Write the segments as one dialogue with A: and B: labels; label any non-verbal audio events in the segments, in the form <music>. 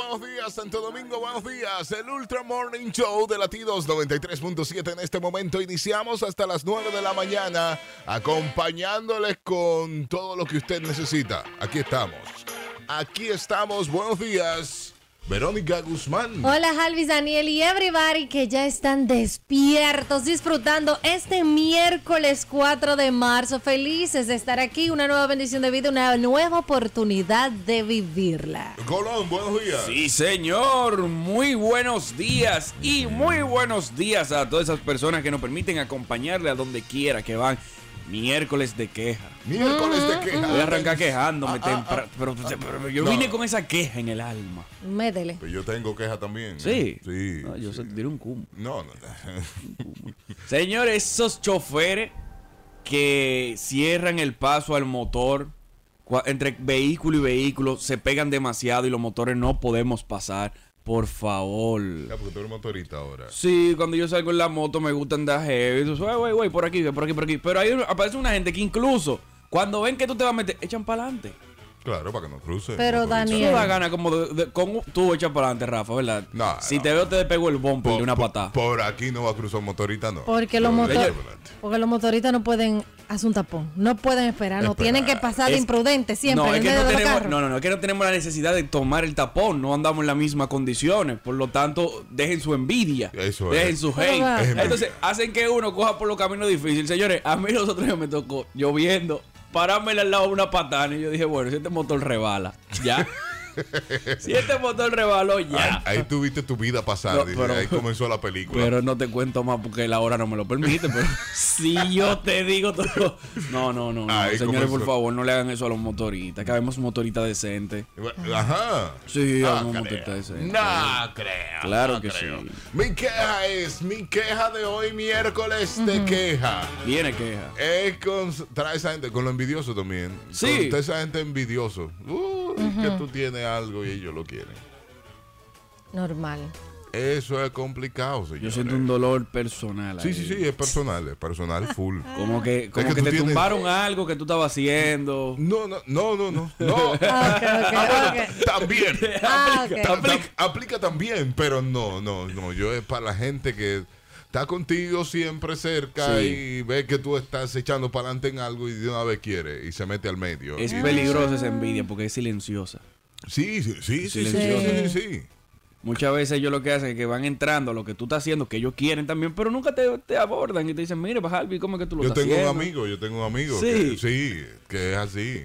A: buenos días Santo Domingo, buenos días. El Ultra Morning Show de Latidos 93.7 en este momento. Iniciamos hasta las 9 de la mañana acompañándoles con todo lo que usted necesita. Aquí estamos. Aquí estamos, buenos días. Verónica Guzmán.
B: Hola, Jalvis, Daniel y everybody que ya están despiertos disfrutando este miércoles 4 de marzo. Felices de estar aquí, una nueva bendición de vida, una nueva oportunidad de vivirla.
A: Colón, buenos días.
C: Sí, señor. Muy buenos días y muy buenos días a todas esas personas que nos permiten acompañarle a donde quiera que van. Miércoles de queja.
A: Miércoles de queja. Ah,
C: Voy a arrancar quejándome temprano. Pero, pero yo vine con esa queja en el alma.
B: Métele.
A: Pero yo tengo queja también. ¿eh?
C: Sí.
A: Sí.
C: No, yo
A: sí.
C: soy- diré un cum.
A: No, no, no. <laughs>
C: Señores, esos choferes que cierran el paso al motor cua- entre vehículo y vehículo se pegan demasiado y los motores no podemos pasar. Por favor.
A: Ya, porque tú eres motorista ahora.
C: Sí, cuando yo salgo en la moto me gusta andar heavy. Tú sabes, güey, güey, por aquí, por aquí, por aquí. Pero ahí aparece una gente que incluso cuando ven que tú te vas a meter, echan para adelante.
A: Claro, para que no cruce.
B: Pero,
A: motorista.
C: Tú
B: Daniel,
C: no da gana como de- de- con- tú echas para adelante, Rafa, ¿verdad?
A: No,
C: si
A: no.
C: te veo, te despego el bumper
A: Por,
C: de una
A: por-
C: patada.
A: por aquí no va a cruzar un motorista, no.
B: Porque los,
A: No,
B: motor-
A: ella- adelante.
B: porque los motoristas no pueden hacer un tapón, no pueden esperar, no
A: Espera,
B: tienen que pasar de
C: es-
B: imprudentes siempre
C: No,
B: en
C: es que
B: medio
C: no
B: de los
C: tenemos,
B: carros.
C: no, no, no, es que no tenemos la necesidad de tomar el tapón, no andamos en las mismas condiciones, por lo tanto, dejen su envidia,
A: Eso
C: dejen
A: es.
C: su
B: Es
C: hate.
B: verdad.
A: Es envidia.
C: Entonces, hacen que uno coja por los caminos difíciles. Señores, a mí los otros días me tocó lloviendo, parármela al lado de una patana y yo dije, bueno, si este motor rebala, ya. si este motor rebaló, ya.
A: Ahí, ahí tuviste tu vida pasar.
C: No,
A: dije,
C: pero-
A: ahí comenzó la película.
C: Pero no te cuento más porque la hora no me lo permite. Pero <laughs> si yo te digo todo. No, no, no. no.
A: Ay,
C: Señores,
A: comenzó.
C: por favor, no le hagan eso a los motoristas. Que habemos motoristas decentes.
A: Bueno, Ajá.
C: Sí,
A: Ah,
C: habemos
A: creo.
C: motoristas decentes.
A: No creo.
C: Claro
A: no
C: que
A: creo.
C: sí.
A: Mi queja es, mi queja de hoy miércoles de queja.
C: Viene queja.
A: Es con, trae esa gente con lo envidioso también.
C: Sí.
A: Con esa gente envidioso. Uy, Que tú tienes algo y ellos lo quieren.
B: Normal.
A: Eso es complicado, señor.
C: Yo siento un dolor personal.
A: Sí,
C: ahí.
A: sí, sí, es personal, es personal full.
C: Como que, como
A: que
C: que,
A: tú
C: te
A: tienes-
C: tumbaron algo que tú estabas haciendo.
A: No, no, no, no,
C: <laughs>
A: no. no.
B: Ah, ok,
A: Ah,
B: ok,
A: bueno,
B: ok.
A: También.
B: Ah, ok.
A: Ta- ta- aplica también, pero no, no, no. Yo es para la gente que está contigo siempre cerca
C: Sí.
A: y ve que tú estás echando para adelante en algo y de una vez quiere y se mete al medio.
C: Es
A: Y-
C: peligrosa esa envidia porque es silenciosa.
A: Sí, sí, sí, sí, sí, sí,
B: Silencioso.
A: sí.
C: Muchas veces ellos lo que hacen es que van entrando a lo que tú estás haciendo, que ellos quieren también, pero nunca te, te abordan y te dicen, mire, Bajalvi, ¿cómo es que tú lo
A: Yo
C: estás
A: tengo un
C: haciendo?
A: amigo, yo tengo un amigo. Que,
C: Sí.
A: sí, que es
C: <laughs>
A: así.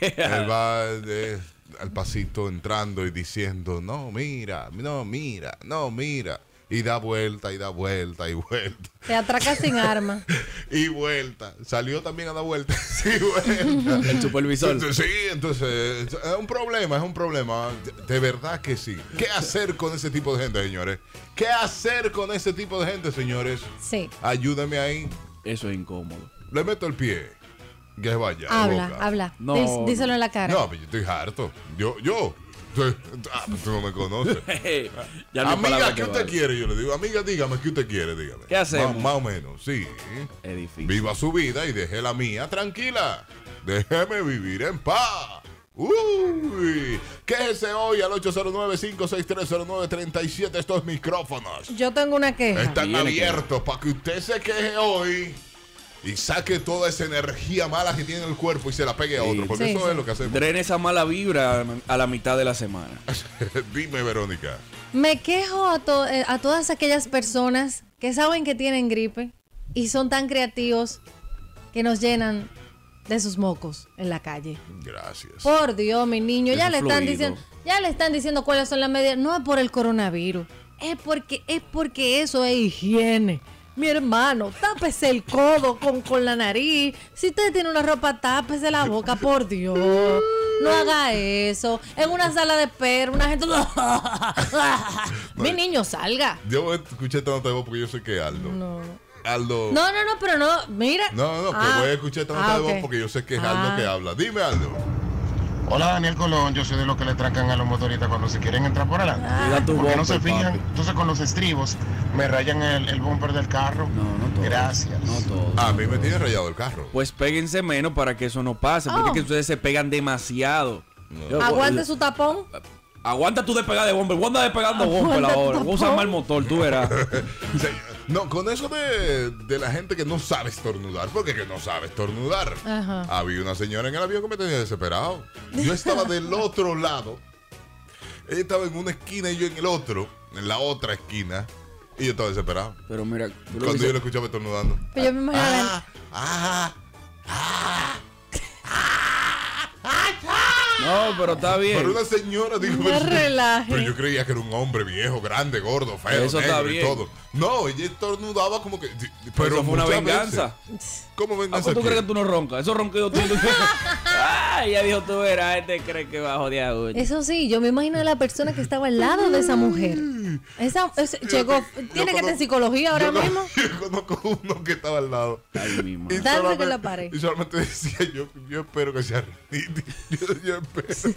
A: Él va eh, al pasito entrando y diciendo, no, mira, no, mira, no, mira. Y da vuelta, y da vuelta, y vuelta.
B: Te atracas
C: <laughs>
B: sin arma.
A: y vuelta. Salió también a dar vuelta. <laughs> Sí, vuelta.
C: El supervisor.
A: Entonces, Sí, entonces es un problema, es un problema. De, de verdad que sí. ¿Qué hacer con ese tipo de gente, señores? ¿Qué hacer con ese tipo de gente, señores?
B: Sí.
A: Ayúdame ahí.
C: Eso es incómodo.
A: Le meto el pie. Que se vaya.
B: Habla,
A: boca.
B: habla.
C: No,
B: Dis-
C: no.
B: díselo en la cara.
A: No, pero yo estoy harto. Yo, yo. Tú- Ah, pues tú no me conoces.
C: <laughs> ya hay
A: amiga,
C: palabra
A: ¿qué
C: que
A: usted
C: valga.
A: quiere? Yo le digo, amiga, dígame, ¿qué usted quiere? Dígame.
C: ¿Qué hacemos?
A: Más, más o menos, sí.
C: Es difícil.
A: Viva su vida y deje la mía tranquila. Déjeme vivir en paz. Uy, quéjese hoy al 809-56309-37. Estos micrófonos
B: Yo tengo una queja.
A: están
C: Tiene que-
A: abiertos para que usted se queje hoy y saque toda esa energía mala que tiene en el cuerpo y se la pegue a
C: Sí.
A: otro. Porque
B: Sí,
A: eso
B: sí.
A: es lo que hacemos.
C: Drena esa mala vibra a la mitad de la semana.
A: <laughs> Dime, Verónica.
B: Me quejo a, to- eh, a todas aquellas personas que saben que tienen gripe y son tan creativos que nos llenan de sus mocos en la calle.
A: Gracias.
B: Por Dios, mi niño, ya
C: Es
B: le
C: un
B: están
C: fluido.
B: diciendo, ya le están diciendo cuáles son las medidas. No es por el coronavirus, es porque es porque eso es higiene. Mi hermano, tápese el codo con, con la nariz. Si usted tiene una ropa, tápese la boca, por Dios. No haga eso. En una sala de espera, una
A: <laughs>
B: gente. Mi niño, salga.
A: Yo escuché esta nota de voz porque yo sé que Aldo.
B: No,
A: Aldo.
B: no, no, no, pero no. Mira.
A: Oh. No, no, no,
B: Ah,
A: pero voy a escuchar esta nota
B: ah,
A: de voz
B: ok.
A: porque yo sé que es
B: Ah.
A: Aldo que habla. Dime, Aldo.
D: Hola Daniel Colón, yo soy de los que le trancan a los motoristas cuando se quieren entrar por adelante.
B: Ah.
C: Cuida tu
D: Porque no se
C: bumper,
D: fijan,
C: papi.
D: entonces con los estribos me rayan el, el bumper del carro.
C: No, no todo.
D: Gracias.
C: No todo.
A: A mí me tiene rayado el carro.
C: Pues péguense menos para que eso no pase, porque
B: Oh.
C: es que ustedes se pegan demasiado. Yo-
B: Aguante su tapón.
C: Aguanta tú despegar de bomber. Wanda despegando bomber
B: Aguanta tu
C: ahora. Voy a usar
B: bomber.
C: mal motor,
A: <laughs>
C: tú verás.
A: Señor, No, con eso de, de la gente que no sabe estornudar, porque que no sabe estornudar.
B: Ajá.
C: Ah.
A: Había una señora en el avión que me tenía desesperado. Yo estaba del otro lado. Ella estaba en una esquina y yo en el otro, en la otra esquina. Y yo estaba desesperado.
C: Pero mira, tú lo
A: Cuando
C: dices-
A: yo la escuchaba estornudando.
B: Pero yo me imagino a la-
A: Ah, ah,
C: No, pero está
A: pero
C: bien.
A: una señora dijo.
B: No
A: <laughs> pero-
B: relaje.
A: Pero yo creía que era un hombre viejo, grande, gordo, feo,
C: Eso está
A: negro y
C: bien.
A: todo. No, ella estornudaba como que. Pero
C: Pero fue una
A: muchas
C: venganza.
A: veces. ¿Cómo
C: Ah,
A: venganza?
C: pues ¿Tú
A: qué?
C: crees que tú no roncas? Esos ronquidos tuyos.
B: <laughs>
C: Ah, ella dijo, tú verás, este cree que va a joder a uno.
B: Eso sí, yo me imagino a la persona que estaba al lado de esa mujer. Esa, es- llegó,
A: Yo
B: tiene que
A: conozco-
B: tener psicología ahora
A: yo no-
B: mismo.
A: Yo conozco uno que estaba al lado.
C: Ay, mi madre.
A: Y
B: Dale
A: solamente-
B: con la pared.
A: Y solamente decía, yo, yo espero que sea rinitis. <laughs> Yo, yo espero.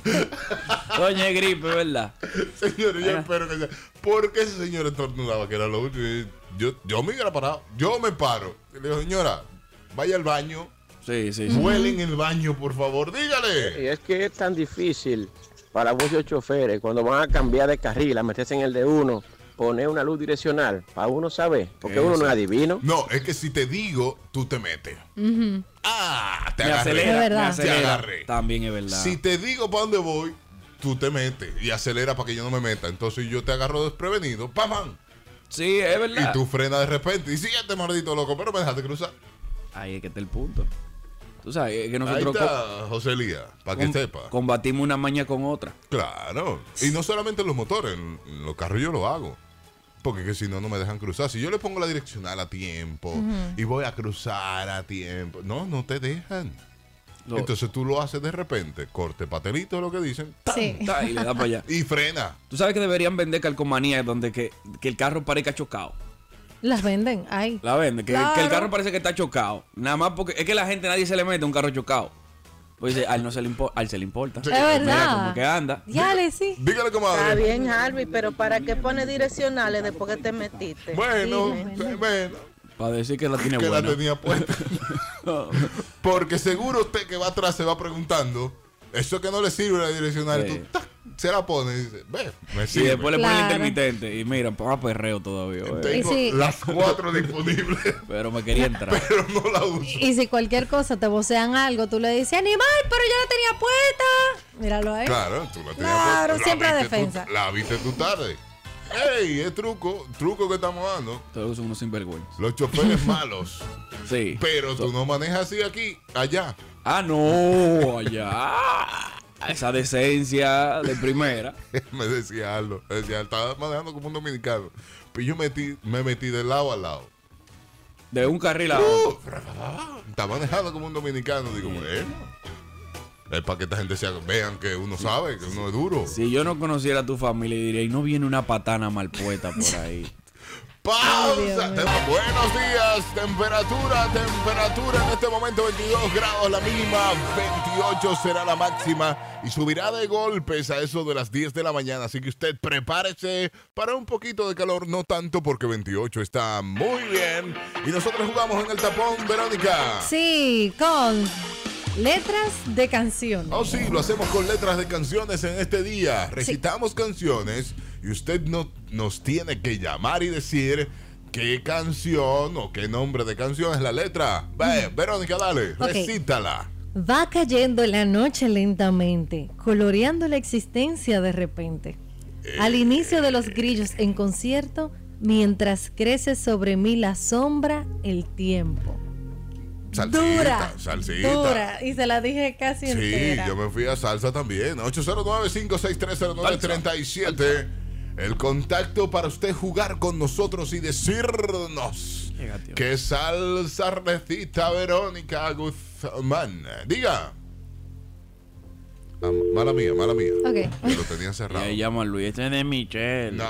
C: Doña es gripe, ¿verdad?
A: Señores, yo espero que sea. ¿Por qué ese señor estornudaba? Que era lo último. Y Yo, yo me hubiera parado. Yo me paro. Y le digo, señora, vaya al baño.
C: Sí, sí, sí.
A: Huele en el baño, por favor. Dígale.
E: Y es que es tan difícil para muchos choferes cuando van a cambiar de carril, a meterse en el de uno, poner una luz direccional para uno saber, porque uno no es adivino.
A: No, es que si te digo, tú te metes. Ah, te
C: Me
A: agarré.
C: acelera,
B: Es
C: me
B: verdad.
A: Te
C: acelera.
A: agarré.
C: También es verdad.
A: Si te digo para dónde voy, tú te metes y acelera para que yo no me meta. Entonces yo te agarro desprevenido, ¡pam! pam!
C: Sí, es
A: Y
C: verdad.
A: tú frenas de repente. Y siguiente maldito loco, pero me dejaste cruzar.
C: Ahí es que está el punto. Tú sabes, es que
A: Ahí
C: nosotros co-
A: está José Lía, para que
C: com-
A: sepa.
C: combatimos una maña con otra.
A: Claro. Y no solamente en los motores, en en los carros yo lo hago. Porque que si no, no me dejan cruzar. Si yo le pongo la direccional a tiempo y voy a cruzar a tiempo. No, no te dejan.
C: Lo-
A: Entonces tú lo haces de repente, corte patelito, lo que dicen,
C: ¡Tan! <laughs>
B: Sí.
C: ¡Tan! y le da para allá.
A: y frena.
C: Tú sabes que deberían vender calcomanía donde que, que el carro parezca chocado.
B: Las venden, ay.
C: La vende, que,
B: Claro.
C: que el carro parece que está chocado. Nada más porque es que la gente, nadie se le mete a un carro chocado. Pues dice, al no se le importa, al se le importa.
A: Sí.
B: es
C: Mira cómo que
B: verdad.
C: anda.
B: Ya le sí.
A: Dígale,
F: Está
A: comadre.
F: bien, Harvey, pero ¿para qué pones direccionales después que te metiste?
A: Bueno,
F: Dime.
A: bueno.
C: Para decir que la tiene
A: que
C: buena.
A: la tenía
C: <laughs>
A: puesta. Porque seguro usted que va atrás se va preguntando, eso que no le sirve la direccional,
C: Sí.
A: tú ¡tac! se la pone y dice, ve, me
C: y
A: sirve.
C: después le pone
B: Claro.
C: el intermitente. Y mira, para perreo todavía. güey.
A: Tengo
B: Y si-
A: las cuatro disponibles,
C: <laughs> Pero me quería entrar.
A: pero no la uso.
B: Y si cualquier cosa te vocean algo, tú le dices, animal, pero yo la tenía puesta. Míralo ahí.
A: Claro, tú la tenías
B: Claro,
A: puesta. La
B: siempre
A: viste
B: defensa.
A: tú- la viste tú tarde. ¡Ey! Es truco, truco que estamos dando.
C: Todos son unos sinvergüenzas.
A: Los choferes <laughs> malos.
C: Sí.
A: Pero tú no manejas así aquí, allá.
C: Ah, no, allá. Esa decencia de primera.
A: <laughs> me decía Aldo, me decía, estaba manejando como un dominicano. Pero yo metí, me metí de lado a lado.
C: De un carril a otro.
A: Está manejado como un dominicano. Digo, bueno. Es para que esta gente se haga- vean que uno sabe, que uno es duro.
C: Si yo no conociera a tu familia, diría, y no viene una patana mal puesta
A: <laughs>
C: por ahí.
B: Ay, Dios
A: Pausa.
B: mío.
A: Tem- Buenos días. Temperatura, temperatura. En este momento 22 grados la mínima, 28 será la máxima. Y subirá de golpes a eso de las 10 de la mañana. Así que usted prepárese para un poquito de calor. No tanto porque 28 está muy bien. Y nosotros jugamos en el tapón, Verónica.
B: Sí, con letras de canción.
A: Oh, sí, lo hacemos con letras de canciones en este día. Recitamos canciones y usted no, nos tiene que llamar y decir qué canción o qué nombre de canción es la letra. Ve, Verónica, dale,
B: Ok.
A: recítala.
B: Va cayendo la noche lentamente, coloreando la existencia de repente. Al inicio de los grillos en concierto, mientras crece sobre mí la sombra, el tiempo.
A: Salsita,
B: dura,
A: salsita.
B: dura. Y se la dije casi
A: Sí,
B: entera.
A: yo me fui a salsa también. 809-56309-37. El contacto para usted jugar con nosotros y decirnos
C: Negativo.
A: que salsa recita Verónica Guzmán. Diga. Ah, mala mía, mala mía.
B: Ok.
A: Lo tenía
C: Y
A: cerrado.
C: ahí llamo a Luis, este es de Michelle.
A: No,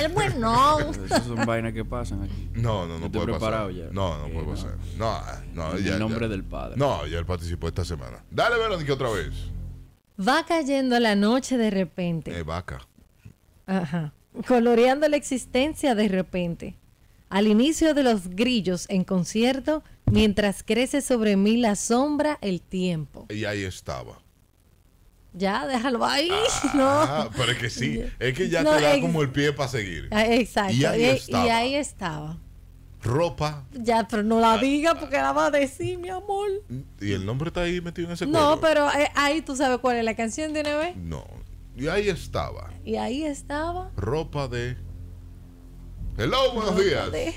B: El bueno.
C: Esas son vainas que pasan aquí.
A: no, no, no
C: Estoy
A: puede
C: preparado
A: pasar.
C: ya.
A: No, no
C: Eh,
A: puede
C: no.
A: pasar. No, no,
C: En
A: ya.
C: el nombre
A: ya.
C: del Padre.
A: No, ya él participó esta semana. Dale, Verónica, otra vez.
B: Va cayendo la noche de repente.
A: Eh, vaca.
B: Ajá. Coloreando la existencia de repente. Al inicio de los grillos en concierto, mientras crece sobre mí la sombra, el tiempo.
A: Y ahí estaba.
B: Ya, déjalo ahí.
A: Ah,
B: <laughs> no.
A: pero es
B: <laughs>
A: que sí, es que ya
B: No,
A: te da
B: ex-
A: como el pie para seguir.
B: Ah, Exacto.
A: Y
B: Y
A: ahí
B: y ahí,
A: estaba.
B: estaba.
A: Ropa
B: Ya, pero no
A: Ah.
B: la diga porque la va a decir, mi amor.
A: y el nombre está ahí metido en ese cuerpo.
B: No, pero eh, ahí tú sabes cuál es la canción de una vez.
A: No. Y ahí estaba.
B: Y ahí estaba.
A: Ropa de. Hello, buenos días.
B: De-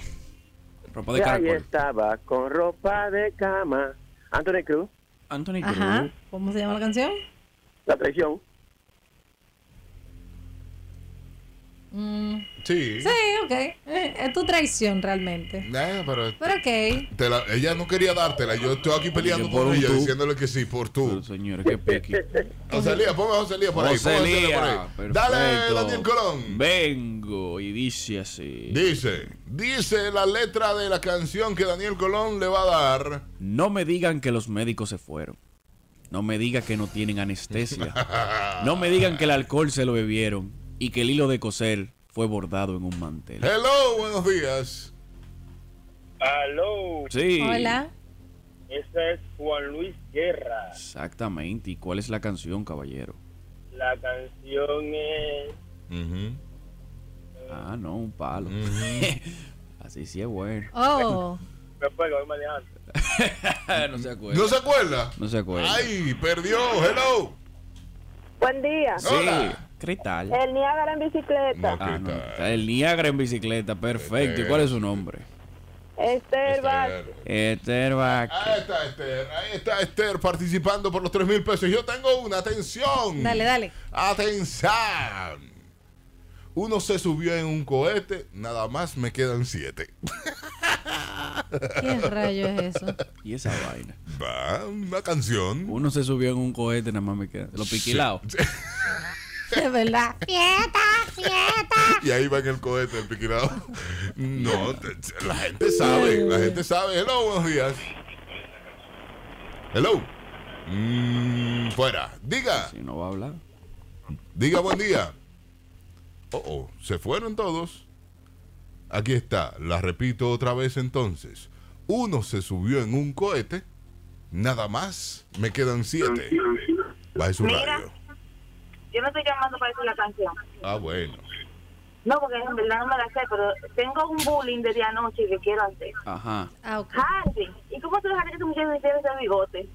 C: Ropa de pues. caracol.
E: estaba con ropa de cama. Anthony Cruz,
C: Anthony
B: Ajá.
C: Cruz.
B: ¿Cómo se llama la canción?
E: la traición.
B: Mm,
A: Sí.
B: Sí, ok. Eh, Es tu traición realmente.
A: Nah, pero
B: Pero ok.
A: te la- ella no quería dártela. Yo estoy aquí peleando
C: Yo por
A: con
C: un
A: ella,
C: tú.
A: diciéndole que sí, por tú.
C: Pero, señores,
A: <laughs>
C: qué pequi.
A: José Lía, ponga a José Lía por ahí.
C: José
A: ponga a José Lía por ahí.
C: Lía, perfecto.
A: Dale, Daniel Colón.
C: Vengo y dice así.
A: Dice, dice la letra de la canción que Daniel Colón le va a dar.
C: No me digan que los médicos se fueron. No me digan que no tienen anestesia. No me digan que el alcohol se lo bebieron y que el hilo de coser fue bordado en un mantel.
A: Hello, buenos días.
G: Aló,
C: Sí.
B: Hola.
G: ese es Juan Luis Guerra.
C: Exactamente. ¿Y cuál es la canción, caballero?
G: La canción es
A: Ujú.
C: Ah, no, un palo. <laughs> Así sí es bueno.
B: Oh.
G: Me pego, voy manejando.
C: <laughs> no se acuerda.
A: ¿No se acuerda?
C: No se acuerda.
A: Ay, perdió. Hello.
H: Buen día.
C: Sí.
A: Hola.
C: ¿Qué tal?
H: El Niágara en bicicleta.
A: No,
C: Ah, no.
A: Cristal.
C: El Niagara en bicicleta. Perfecto.
A: Este.
C: ¿Y cuál es su nombre? Este
H: Esther Vázquez.
A: Esther.
C: Esther Vázquez.
A: Ahí está Esther, ahí está Esther participando por los 3 mil pesos. Yo tengo una, atención.
B: Dale, dale.
A: Atención. Uno se subió en un cohete, nada más me quedan 7.
B: ¿Qué
A: <laughs>
B: rayo
I: <laughs>
B: es eso?
C: Y esa vaina.
A: Va, una canción.
C: Uno se subió en un cohete, nada más me queda. Lo piquilao.
B: De verdad.
A: Y ahí va en el cohete, el piquirado. No, te- te- la gente sabe, la gente sabe. Hello, buenos días. Hello. Mm, fuera. Diga,
C: Si no va a hablar.
A: diga buen día. Oh, oh, se fueron todos. Aquí está, la repito otra vez entonces. Uno se subió en un cohete, nada más me quedan siete. Va su
H: Mira.
A: radio.
H: Yo no estoy llamando para decir una canción.
A: Ah, bueno.
H: No, porque en verdad no me la sé, pero tengo un bullying desde anoche que quiero hacer.
C: Ajá.
B: Ah, ok.
H: Harvey, ¿y cómo tú dejaste que tu mujer me hiciera ese bigote?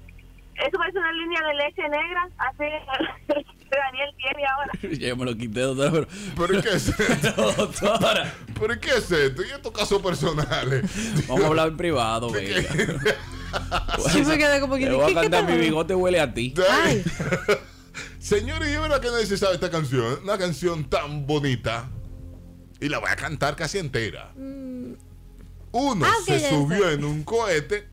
H: Eso parece una línea de leche negra, así <laughs> que Daniel tiene ahora.
C: <laughs> ya me lo quité, doctora.
A: ¿Pero
C: <laughs>
A: qué es esto?
C: Pero, doctora,
A: ¿Pero qué es <laughs> esto? ¿Y estos casos personales?
C: <laughs> vamos a hablar en privado, venga.
B: Sí, me quedé como que,
C: Te
B: ¿qué-
C: voy a
B: qué
C: cantar,
B: tal?
C: mi bigote huele a ti.
B: Ay.
A: <laughs> Señores, yo verdad que nadie se sabe esta canción. Una canción tan bonita. Y la voy a cantar casi entera.
C: Mm.
A: Uno
B: Ah, ok,
A: se
B: ya
A: subió
B: sé.
A: en un cohete.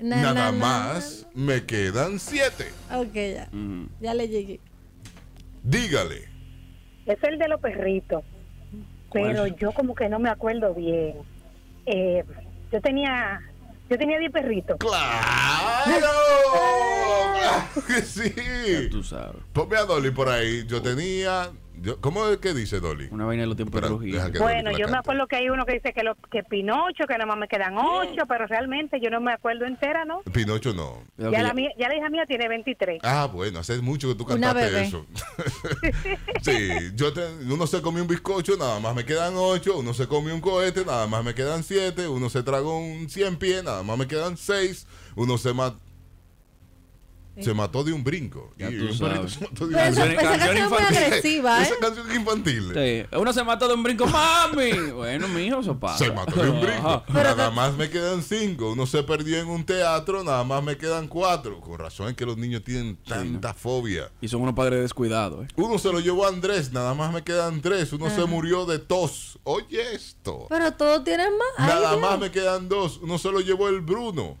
B: Na, na,
A: nada
B: na,
A: más me quedan siete.
B: na. Ok, ya. Ya le llegué.
A: Dígale. <laughs>
I: Es el de los perritos. Pero
C: ¿Cuál?
I: yo como que no me acuerdo bien. Eh, yo tenía yo tenía 10 perritos. <laughs>
A: ¡Claro! ¡Claro que sí!
C: Ya tú sabes.
A: Ponme a Dolly por ahí. Yo tenía. yo- ¿Cómo es que dice Dolly?
C: Una vaina de los tiempos de
A: Espera,
C: Trujillo.
A: deja que Dolly
I: Bueno,
A: te la
I: yo me
A: cante.
I: acuerdo que hay uno que dice que, lo, que Pinocho, que nada más me quedan 8, pero realmente yo no me acuerdo entera, ¿no?
A: Pinocho no.
C: Creo
I: Ya
C: que
I: la,
C: ya-
I: mía- ya la hija mía tiene 23.
A: Ah, bueno, hace mucho que tú
B: Una
A: cantaste
B: bebé.
A: eso. <laughs> sí, yo te- uno se comió un bizcocho, nada más me quedan ocho. Uno se comió un cohete, nada más me quedan siete. Uno se tragó un cien pie, nada más me quedan seis. Uno se mató. Se mató de un brinco.
C: Ya
A: Y
C: tú
A: un perrito
C: sabes.
A: se mató de
B: Pero
A: un
B: esa,
A: brinco.
C: Canciones-
B: esa
C: canciones
B: canción es muy
C: infantiles.
B: agresiva, ¿eh?
A: Esa canción es infantil.
C: Sí. Uno se mató de un brinco, mami. Bueno, mijo, eso pasa.
A: Se mató de un brinco.
C: Ajá.
A: nada más me quedan cinco. Uno se perdió en un teatro, nada más me quedan cuatro. Con razón es que los niños tienen tanta fobia.
C: Y son unos padres descuidados, ¿eh?
A: Uno se lo llevó a Andrés, nada más me quedan tres. Uno
B: Ah.
A: se murió de tos. Oye esto.
B: Pero todos tienen más. Ay,
A: Oh. Nada
B: Dios.
A: más me quedan dos. Uno se lo llevó el Bruno.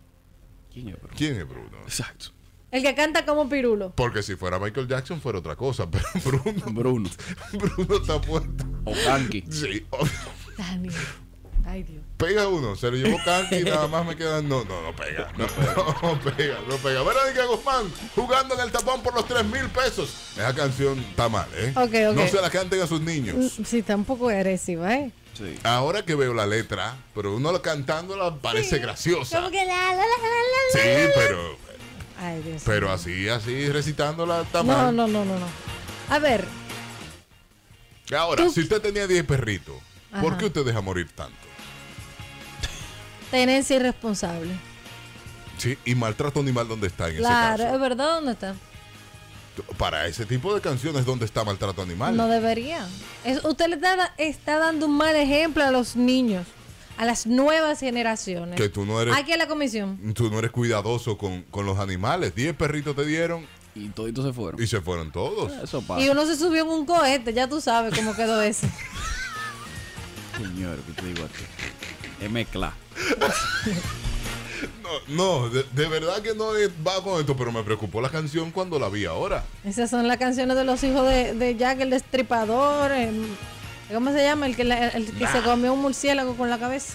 C: ¿Quién es, bro?
A: ¿Quién es Bruno?
C: Exacto.
B: El que canta como pirulo.
A: Porque si fuera Michael Jackson fuera otra cosa, <laughs> pero Bruno,
C: Bruno.
A: <laughs> Bruno está puesto.
C: O Kanki.
A: Sí, obvio.
B: Daniel. Ay, Dios.
A: pega uno, se lo llevó
B: <laughs>
A: Kanki, nada más me quedan. No, no, no pega. No, <laughs> no pega, no pega. Verónica Guzmán jugando en el tapón por los 3 mil pesos. Esa canción está mal, ¿eh?
B: Ok, ok.
A: No se la canten a sus niños.
B: Mm, Sí, está un poco agresiva, ¿eh?
C: Sí.
A: Ahora que veo la letra, pero uno cantándola parece graciosa.
B: Como que la, la, la, la, la, la.
A: Sí, pero
B: Ay, Dios
A: Pero
B: mío.
A: así, así, recitándola está
B: No,
A: mal.
B: no, no, no, no. A ver,
A: Ahora,
B: Tú-
A: si usted tenía 10 perritos, ¿por
B: Ajá.
A: qué usted deja morir tanto?
B: tenencia irresponsable.
A: Sí, y maltrato animal donde está en
B: Claro,
A: ese
B: es verdad, ¿dónde está?
A: caso. Para ese tipo de canciones donde está maltrato animal.
B: No debería. Es- usted le está, da- está dando un mal ejemplo a los niños, a las nuevas generaciones.
A: que tú no eres
B: Aquí en la comisión.
A: tú no eres cuidadoso con, con los animales. 10 perritos te dieron
C: Y toditos se fueron. Eh,
A: y se fueron todos.
C: Eso
B: Y
C: pasa.
B: uno se subió en un cohete, ya tú sabes cómo quedó
A: <laughs>
B: ese.
C: Señor, que te digo a ti. Es mezcla.
A: <laughs> No, no, de, de verdad que no es- va con esto, pero me preocupó la canción cuando la vi ahora.
B: Esas son las canciones de los hijos de, de Jack, el destripador. em, ¿Cómo se llama? El que, la- el que se comió un murciélago con la cabeza.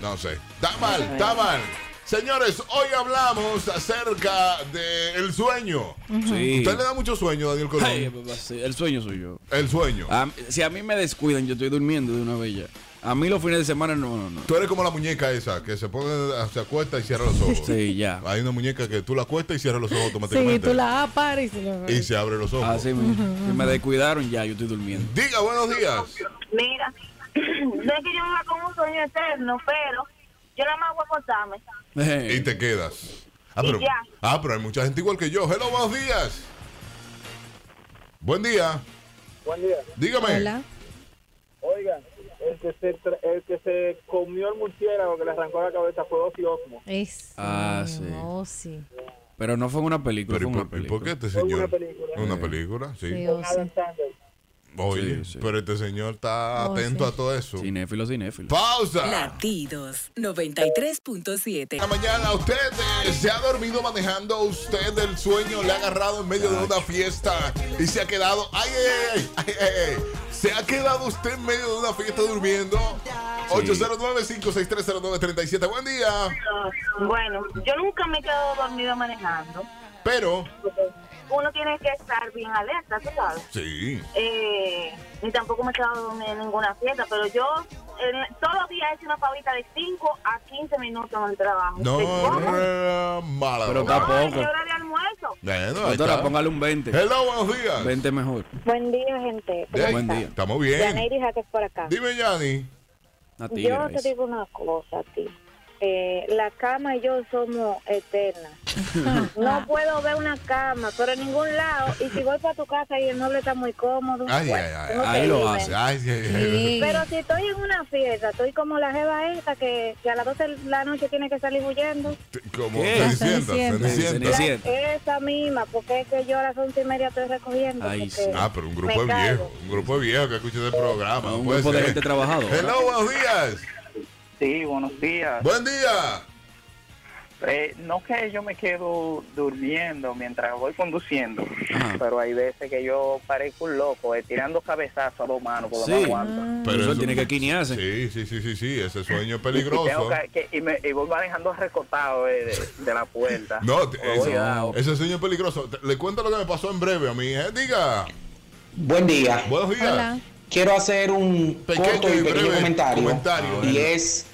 A: No sé. Está mal, está mal. Señores, hoy hablamos acerca del sueño.
C: Sí.
A: ¿Usted le da mucho sueño, Daniel Colón?
C: Ay, papá, sí, el sueño soy yo.
A: El sueño.
C: A- si a mí me descuidan, yo estoy durmiendo de una vez ya. A mí los fines de semana no, no, no.
A: Tú eres como la muñeca esa, que se pone, se acuesta y cierra los ojos.
C: Sí, ya.
A: Hay una muñeca que tú la acuestas y cierra los ojos
B: Sí,
A: automáticamente.
B: tú la aparas y se lo-
A: Y se abre los ojos.
C: Así mismo. Si me descuidaron, ya, yo estoy durmiendo.
A: Diga buenos
C: <laughs>
A: días.
H: Mira, <clears throat> no es que yo viva con un sueño eterno, pero yo nada más voy a acostarme.
A: Y te quedas. Ah pero,
H: ya.
A: ah, pero hay mucha gente igual que yo. Hello, buenos días. Buen día.
G: Buen día.
A: Dígame.
B: Hola.
G: Oigan, el que se, tra- el que se comió el murciélago que le arrancó la cabeza fue Ozzy Osmo.
B: Es,
C: Ah, sí.
B: Oh, sí.
C: Pero no fue en una película,
A: Pero
C: fue
A: ¿y
C: en una
A: por, y
C: película.
A: por qué este
G: Fue una
A: señor?
G: película.
A: Una película, sí.
B: Sí, oh, sí.
G: Sanders.
A: Oye,
C: Sí, sí.
A: pero este señor está
B: Oh,
A: atento
B: sí.
A: a todo eso.
C: Cinéfilo, cinéfilo.
A: Pausa.
J: Latidos 93.7.
A: La mañana usted eh, se ha dormido manejando, usted el sueño le ha agarrado en medio de una fiesta y se ha quedado, ay, ay, ay, ay, ay, ay. se ha quedado usted en medio de una fiesta durmiendo. 809-56309-37, buen día.
H: Bueno, yo nunca me quedo dormido manejando.
A: Pero,
H: porque Uno tiene que estar bien alerta, tú sabes.
A: sí,
H: Eh, ni tampoco me he quedado dormida en ninguna fiesta, pero yo eh, todos los días he hecho una paulita de 5 a 15 minutos en el trabajo.
A: no,
H: ¿Te cómo?
A: era mala.
C: Pero
H: No,
C: tampoco.
H: es mi hora de almuerzo.
A: Bueno, ahí
C: Doctora,
A: está.
C: póngale un 20.
A: Hello, buenos días.
C: 20 mejor.
I: Buen día, gente. Pues,
A: Hey,
C: Buen día.
A: Estamos bien.
I: Yaneiris Jaques por acá.
A: Dime, Yani.
C: Una
I: Yo
C: tigra,
I: te
C: esa.
I: digo una cosa a ti. Eh, la cama y yo somos eternas. No puedo ver una cama, pero en ningún lado. Y si voy para tu casa y el mueble está muy cómodo,
A: Ay,
I: bueno,
A: ay, ay,
I: tengo que
C: ahí lo
I: irme.
C: hace.
A: Ay, ay, ay.
B: Sí.
I: Pero si estoy en una fiesta, estoy como la jeva esta que, que a las 12 de la noche tiene que salir huyendo.
A: Como
C: ¿Qué?
A: Cenicienta,
B: Cenicienta.
A: Cenicienta.
C: Cenicienta.
I: Esa misma, porque es que yo a las once y media estoy recogiendo.
C: Ay,
I: porque
C: sí.
A: Ah, pero un
I: me
A: grupo de
I: caigo.
A: viejos, un grupo de viejos que escucha el programa.
C: No,
A: no
C: un
A: puede
C: grupo de
A: ser.
C: gente trabajadora.
A: Hello, buenos días.
G: Sí, buenos días.
A: Buen día.
G: Eh, no que yo me quedo durmiendo mientras voy conduciendo,
C: Ajá.
G: pero hay veces que yo parezco un loco, eh, tirando cabezazos a dos manos, porque
C: Sí.
G: no aguanto.
A: Pero
C: eso
A: eso-
C: tiene que quinearse.
A: Sí, sí, sí, sí, sí, ese sueño
K: <laughs>
A: es
G: Y, tengo
A: peligroso.
G: que- que- y me, y voy manejando recortado eh, de, de la puerta.
A: No, te-
G: Me voy dado.
A: eso- ese sueño es peligroso. Te- Le cuento lo que me pasó en breve a mí. ¿eh? Diga.
L: Buen día.
A: Buenos días.
B: Hola.
L: Quiero hacer un
A: Pequeño
L: corto
A: y
L: y
A: breve
L: pequeño comentario.
A: comentario. Ah,
L: Y
A: bueno.
L: es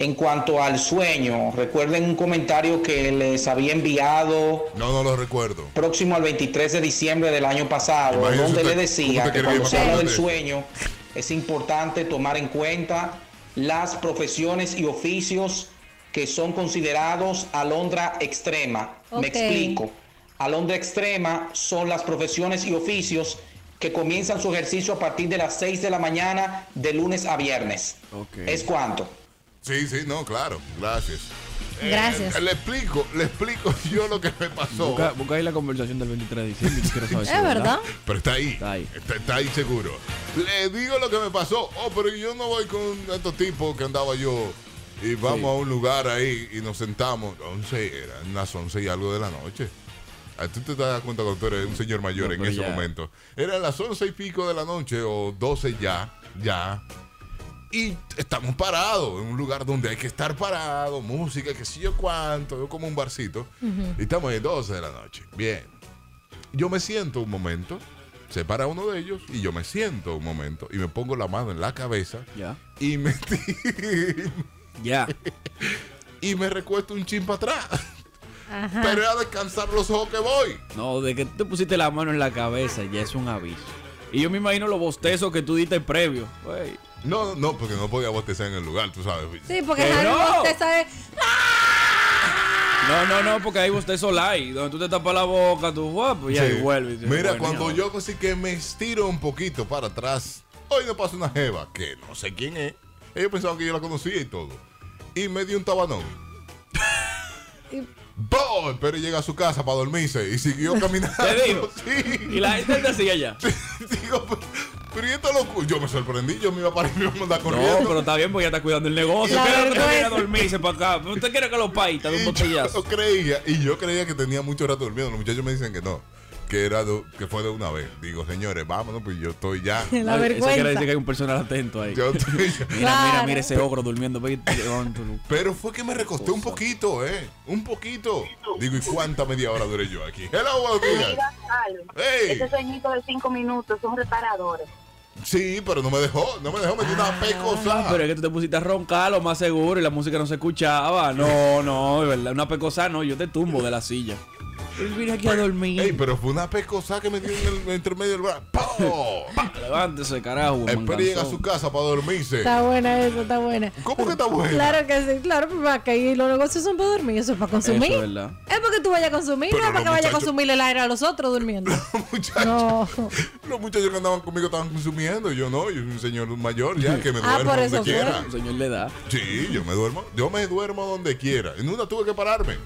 L: en cuanto al sueño. Recuerden un comentario que les había enviado
A: No, no lo recuerdo.
L: próximo al 23 de diciembre del año pasado,
A: Imagínese
L: donde
A: usted
L: le decía
A: cómo te
L: que
A: quiere
L: cuando
A: vivir,
L: se habla del
A: imagínate.
L: sueño es importante tomar en cuenta las profesiones y oficios que son considerados alondra extrema.
B: Ok.
L: Me explico. Alondra extrema son las profesiones y oficios que comienzan su ejercicio a partir de las 6 de la mañana de lunes a viernes.
C: Ok.
L: ¿Es cuanto?
A: Sí, sí, no, claro. Gracias. Eh,
B: Gracias.
A: le explico, le explico <laughs> yo lo que me pasó.
C: Busca, busca ahí la conversación del 23 de diciembre. Yo quiero saber si
B: Es verdad.
A: Pero está ahí. Está
C: Está
A: ahí.
C: ahí.
A: Está, ahí seguro. Le digo lo que me pasó. Oh, pero yo no voy con estos tipos que andaba yo. Y vamos
C: Sí.
A: a un lugar ahí y nos sentamos. 11, eran las 11 y algo de la noche. Ah, Tú te das cuenta cuando tú eres un señor mayor
C: No,
A: en
C: pero
A: ese
C: ya.
A: momento. Eran las 11 y pico de la noche o 12 ya, ya. Y estamos parados en un lugar donde hay que estar parado, música, que sé yo cuánto, yo como un barcito. Y estamos ahí 12 de la noche. Bien. Yo me siento un momento, se para uno de ellos y yo me siento un momento y me pongo la mano en la cabeza
C: Ya.
A: y me, ti-
C: Ya.
A: <laughs> y me recuesto un chin para atrás.
B: Ajá.
A: Pero era descansar los ojos que voy.
C: No, de que tú te pusiste la mano en la cabeza ya es un aviso. Y yo me imagino los bostezos que tú diste previo. Wey.
A: No, no, porque no podía bostezar en el lugar, tú sabes.
B: Sí, porque
C: Que
B: Harry
C: no.
B: usted sabe.
C: No, no, no, porque hay bostezos light. Donde tú te tapas la boca, tú, guapo, ya
A: Sí.
C: y vuelve. y dices,
A: Mira,
C: bueno,
A: cuando
C: ya.
A: yo así que me estiro un poquito para atrás, hoy me pasa una jeva que no sé quién es. Ellos pensaban que yo la conocía y todo. Y me dio un
C: <laughs>
A: tabanón. Boy, pero llega a su casa para dormirse y siguió caminando.
C: <laughs> Te digo.
A: Ah, <laughs> Sí.
C: Y la gente te sigue
A: <laughs>
C: allá.
A: pues, Pero y esto lo- Yo me sorprendí, yo me iba para y me iba a mandar corriendo.
C: No, pero está bien porque ya está cuidando el negocio.
A: La
C: Espérate que
A: verdad
C: viene a
A: es-
C: dormirse para acá. Usted quiere que los pais te dé un botellazo.
A: Yo <laughs> creía, y yo creía que tenía mucho rato durmiendo. Los muchachos me dicen que no, que era do- que fue de una vez. Digo, señores, vámonos, pues yo estoy <laughs> ya.
B: La
C: Eso
B: vergüenza.
C: quiere decir que hay un personal atento ahí.
A: Yo estoy ya.
C: Mira, mira,
B: Claro.
C: mira ese ogro durmiendo. Ve, levanta, Lu.
A: Pero fue que me recosté un poquito, ¿eh? Un poquito. Digo, ¿y cuánta media hora duré yo aquí? Hello, buenos días.
H: Mira, Carlos,
A: Ey.
H: Ese sueñito de cinco minutos son reparadores.
A: Sí, pero no me dejó, no me dejó, me dio una
C: Ah,
A: pecosa.
C: pero es que tú te pusiste a roncar lo más seguro y la música no se escuchaba. No, no, de verdad. Una pecosa no, yo te tumbo de la silla. Él vino aquí a dormir.
A: Ey, pero fue una pecosa que me dio en el entre medio del brazo.
C: <laughs>
A: ¡Pau!
C: Levántese, carajo.
A: Espera y llega a
C: manganzón.
A: su casa para dormirse.
B: Está buena eso, está buena.
A: ¿Cómo que está buena?
B: Claro que sí, claro, pues, para que ahí los negocios son para dormir, eso es para consumir.
C: Eso es verdad.
B: Es porque tú vayas a consumir,
A: Pero
B: no es para
A: los
B: que vayas a
A: muchachos-
B: consumir el aire a los otros
A: <laughs>
B: durmiendo. no.
A: Los muchachos que andaban conmigo estaban consumiendo. Yo no, yo soy un señor mayor ya que me
B: Ah,
A: duermo
B: por
A: donde
B: eso fue.
A: quiera.
C: El señor le da.
A: Sí, yo me duermo. Yo me duermo donde quiera. En una tuve que pararme.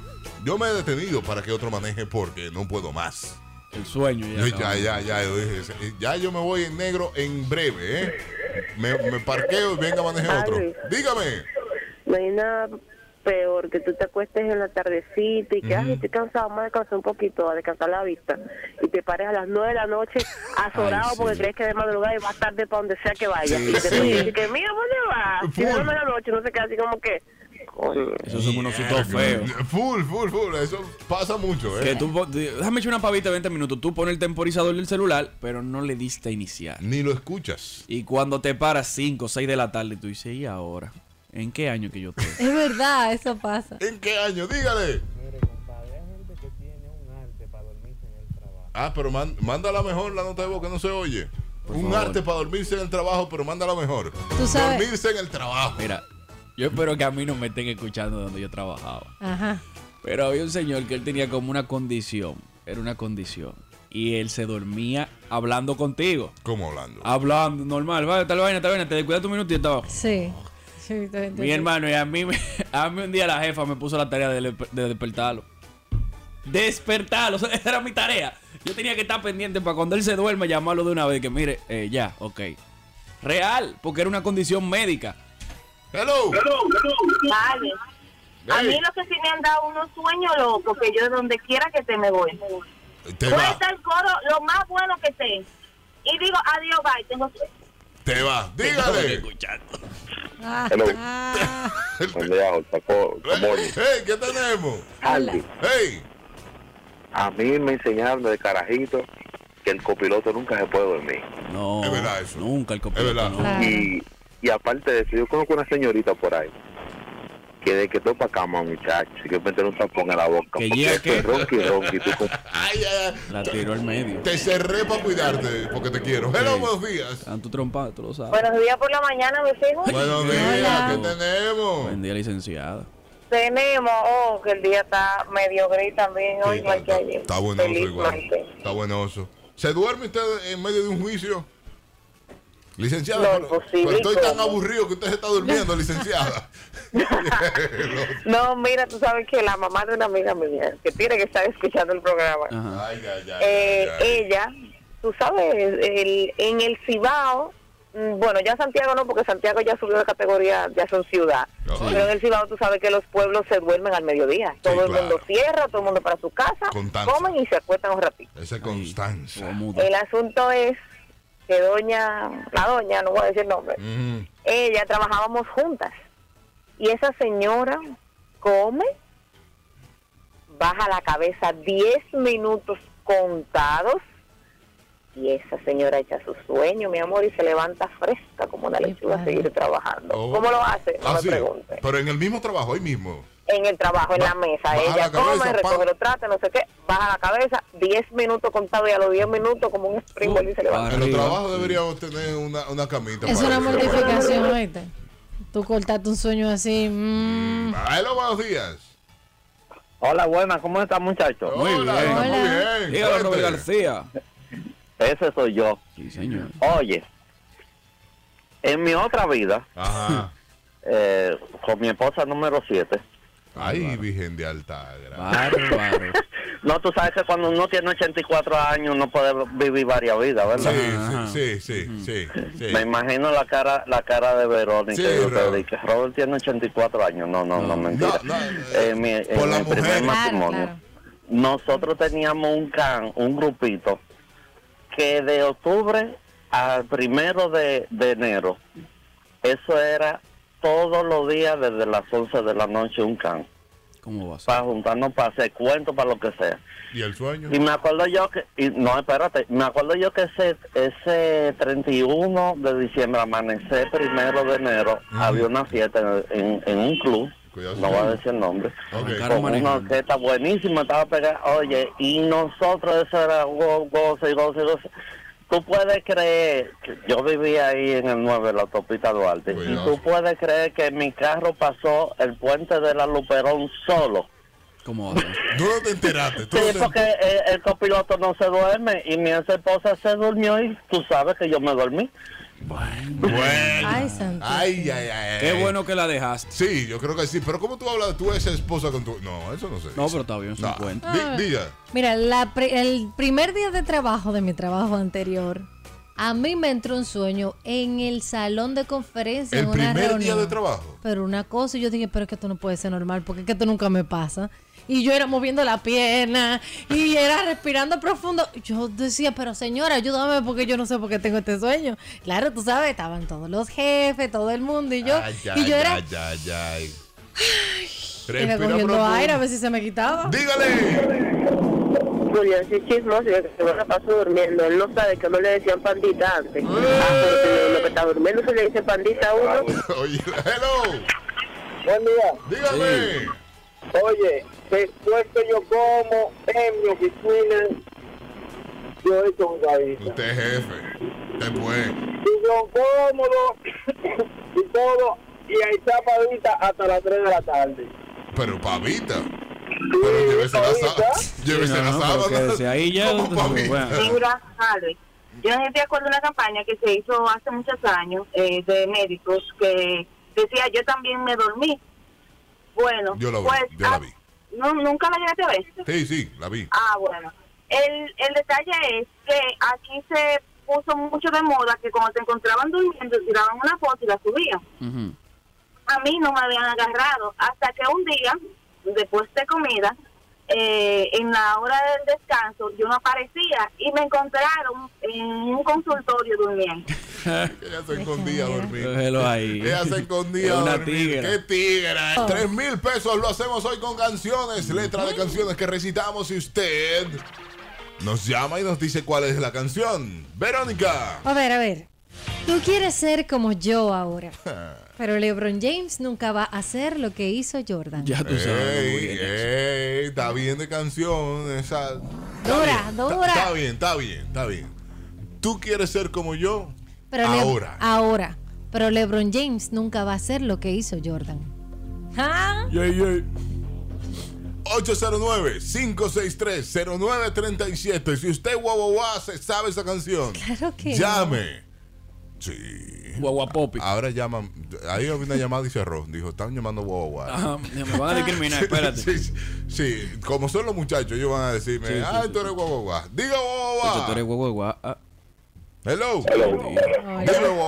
A: Yo me he detenido para que otro maneje porque no puedo más.
C: El sueño
A: Yo
C: ya.
A: ya, ya, ya, yo dije, ya yo me voy en negro en breve, ¿eh? Me, me parqueo y venga a manejar otro.
M: Alvin.
A: Dígame.
M: No hay nada peor que tú te acuestes en la tardecita y que,
A: Ujú.
M: ay, estoy cansado, vamos a descansar un poquito, a descansar la vista. Y te pares a las nueve de la noche azorado
A: Ay, sí.
M: porque crees que de madrugada y vas tarde para donde sea que vayas.
A: Sí,
M: y después
A: sí.
M: dices que, mira, ¿dónde vas? Si
A: Full.
M: duermes la noche, no se queda así como que...
C: Esos son unos sutos feos.
A: Full, full, full. Eso pasa mucho, ¿eh?
C: Que tú, po- déjame echar una pavita de 20 minutos. Tú pones el temporizador del celular, pero no le diste a iniciar.
A: Ni lo escuchas.
C: Y cuando te paras 5 o 6 de la tarde, tú dices, ¿y ahora? ¿En qué año que yo estoy?
B: Es verdad, eso pasa.
A: ¿En qué año? Dígale. Ah, pero man- mándala mejor la nota de voz que no se oye. Un
C: favor.
A: arte para dormirse en el trabajo, pero mándala mejor.
B: Tú sabes-
A: Dormirse en el <laughs> trabajo.
C: Mira, yo espero que a mí no me estén escuchando donde yo trabajaba.
B: Ajá.
C: Pero había un señor que él tenía como una condición. Era una condición. Y él se dormía hablando contigo.
A: ¿Cómo hablando?
C: Hablando, normal. Vale, tal vaina, tal vaina. Te descuidas tu minuto y estaba.
B: Sí. Sí, te- te-
C: Mi hermano, y a mí, me- <laughs> a mí un día la jefa me puso la tarea de, le- de despertarlo. Despertarlo, <laughs> o sea, esa era mi tarea. Yo tenía que estar pendiente para cuando él se duerme llamarlo de una vez. Que mire, eh, ya, ok. Real, porque era una condición médica.
A: Hello.
H: Vale. A mí lo que sí me han dado unos sueños locos, que yo donde quiera que te me voy.
A: Te
H: Puede
A: va,
H: estar el coro lo más bueno que esté. Y digo, adiós, bye, tengo sueño.
A: te va. Dígale. Ah.
H: Hello.
B: Ah.
N: Buen día, Jota. Co- good morning.
A: Hey, ¿qué tenemos?
N: Alvin,
A: Hey.
N: a mí me enseñaron de carajito que el copiloto nunca se puede dormir.
C: No, nunca el copiloto. no.
N: Y, y aparte de eso, yo conozco una señorita por ahí que de que topa cama, muchacho, y que meter un tampón en la boca.
C: Que
N: porque
C: llega
N: eso
C: que-
N: es ronqui, ronqui, tú con-
A: Ay, ay, ay.
C: La tiró al medio.
A: Te cerré para cuidarte porque te quiero. Hello, buenos días.
C: Están tu trompa, tú lo sabes.
I: Buenos días por la mañana, mis hijos.
A: Buenos días, ¿qué tenemos?
C: Buen día, licenciada.
I: Tenemos, oh, que el día está medio gris también, hoy más que ayer.
A: Está buenoso igual. Está buenoso. ¿Se duerme usted en medio de un juicio? Licenciada, pero- pero,
I: imposible,
A: estoy tan
I: ¿cómo?
A: aburrido que usted se está
I: <laughs>
A: durmiendo, licenciada.
I: No, mira, tú sabes que la mamá de una amiga mía, que tiene que estar escuchando el programa,
A: Ay, ay, ay,
I: eh,
A: ay, ay.
I: ella, tú sabes, el- en el Cibao, mm, bueno, ya Santiago no, porque Santiago ya subió de categoría, ya son ciudad.
A: Ajá.
I: Pero en el Cibao tú sabes que los pueblos se duermen al mediodía. Todo el
A: claro.
I: mundo cierra, todo el mundo para su casa,
A: Constancia.
I: comen y se acuestan un ratito.
A: Esa es constancia.
I: El asunto es que doña, la doña, no voy a decir el nombre,
A: Ujú.
I: ella trabajábamos juntas. Y esa señora come, baja la cabeza 10 minutos contados. Y esa señora echa su sueño, mi amor, y se levanta fresca como una lechuga a seguir trabajando.
A: Oh.
I: ¿Cómo lo hace? No
A: Ah,
I: me
A: sí,
I: pregunte.
A: Pero en el mismo trabajo, ahí mismo.
I: en el trabajo, en la mesa.
A: baja
I: Ella
A: la cabeza,
I: come, recoge los tratos, no sé qué, baja la cabeza, 10 minutos contado y a los 10 minutos como un sprint vuelve y se levanta.
A: En los trabajos deberíamos tener una, una camita.
B: Es
A: para
B: una
A: que se pueda-
B: mortificación, oíste. Tú cortaste un sueño así. mm.
A: Hello, buenos días.
K: Hola, buenas, ¿cómo está muchachos?
C: Muy Hola, bien. muy Hola. bien. Dígalo, Robert Cuente.
K: García. Ese soy yo.
C: Sí, señor.
K: Oye, en mi otra vida, eh, con mi esposa número 7,
A: Ay, Virgen de Altagra.
K: <laughs> no, tú sabes que cuando uno tiene 84 años no puede vivir varias vidas, ¿verdad?
A: Sí, sí, sí, sí, sí.
K: Me imagino la cara la cara de Verónica.
A: Sí,
K: y yo te
A: Robert.
K: dije, Robert tiene 84 años. No, no, no, mentira. Eh, mi- en mi primer matrimonio, nosotros teníamos un can, un grupito, que de octubre al primero de, de enero, eso era todos los días desde las 11 de la noche un can.
C: ¿Cómo vas?
K: Para juntarnos, para hacer cuentos, para lo que sea.
A: ¿Y el sueño?
K: Y me acuerdo yo que, y no, espérate, me acuerdo yo que ese, ese 31 de diciembre, amanecer primero de enero, había una fiesta en, en- en un club, no voy a decir el nombre, con una orquesta buenísima, estaba pegada, oye, y nosotros eso era go- goce y goce y goce. Tú puedes creer, que yo vivía ahí en el 9, la autopista Duarte, y tú puedes creer que mi carro pasó el puente de la Luperón solo.
C: ¿Cómo
A: <laughs> Tú no te enteraste.
K: Sí, porque eh, el, copiloto no se duerme y mi ex esposa se durmió y tú sabes que yo me dormí.
A: Ah.
B: Ay, santo.
A: Ay, ay, ay.
C: Qué bueno que la dejaste.
A: Sí, yo creo que sí. Pero ¿cómo tú hablas de tu ex esposa con tu.? No, eso no sé. No, pero
C: está bien,
A: se cuenta.
B: Ah,
A: Diga.
B: Mira, la pri- el primer día de trabajo de mi trabajo anterior, a mí me entró un sueño en el salón de conferencia.
A: El
B: en una
A: primer día
B: reunión.
A: de trabajo.
B: Pero una cosa, y yo dije, pero es que esto no puede ser normal, porque es que esto nunca me pasa. Y yo era moviendo la pierna y era respirando profundo. Yo decía, pero señora, ayúdame porque yo no sé por qué tengo este sueño. Claro, tú sabes, estaban todos los jefes, todo el mundo y yo.
A: Ay,
B: y
A: ay,
B: yo era,
A: ay, ay, ay.
B: era
A: Respira
B: cogiendo
A: profundo.
B: aire a ver si se me quitaba.
M: Julián sí es chismoso, yo que se me la paso durmiendo. Él no sabe que no le decían pandita antes. Ah, pero Lo que está durmiendo se le dice pandita a
A: Ah,
M: uno.
A: <laughs> Oye, hello.
G: Buen día.
A: Dígame.
G: Oye, después que yo como en mi oficina, yo he hecho un gavito.
A: Usted es jefe. Después.
G: Y yo cómodo <coughs> y todo, y ahí está Pavita hasta las 3 de la tarde.
A: Pero pavita. Pero llévese la sábana. Llévese la sábana.
C: ahí
A: <laughs>
C: ya.
A: ¿Cómo pavita?
H: Mira, Alex, "Ah, yo estoy de acuerdo en una campaña que se hizo hace muchos años eh, de médicos que decía yo también me dormí. Bueno,
A: Yo la vi,
H: pues
A: yo la vi.
H: no, nunca la llegaste a ver.
A: Sí, sí, la
C: <laughs>
A: vi.
H: Ah, bueno. El, el detalle es que aquí se puso mucho de moda que cuando te encontraban durmiendo tiraban una foto y la subían. A mí no me habían agarrado hasta que un día, después de comida, eh, en la hora del descanso, yo no aparecía y me encontraron en un consultorio durmiendo.
A: Ella se escondía a dormir.
C: Déjelo <laughs> ahí.
A: Ella se escondía
C: Es
A: a
C: una
A: dormir.
C: tigra.
A: ¡Qué tigra! Tres mil pesos lo hacemos hoy con canciones, letra de canciones que recitamos y usted nos llama y nos dice cuál es la canción. Verónica.
B: A ver, a ver. Tú quieres ser como yo
A: <laughs>
B: ahora. Pero LeBron James nunca va a hacer lo que hizo Jordan.
A: Ya
C: tú sabes,
A: Ey, ey, está bien de canción. Esa,
B: Dura, dura.
A: Está bien, está bien, está bien. Tú quieres ser como yo
B: Pero Le-
A: ahora.
B: ahora. Pero LeBron James nunca va a hacer lo que hizo Jordan. ¿Ah?
A: 809-563-0937. Si usted guau se sabe esa canción.
B: Claro que.
A: Llame. Sí.
C: Guaguapopi.
A: Ahora llaman. Ahí había una llamada y cerró. Dijo, están llamando guaguaguá.
C: Ajá, me van a discriminar, espérate.
A: <laughs> sí, sí, sí. como son los muchachos, ellos van a decirme,
C: Sí, sí,
A: ah,
C: sí,
A: tú eres guaguaguá. Diga
C: Oye, tú
A: guaguaguá.
C: eres guaguaguá. Ah,
A: Hello.
N: Dime,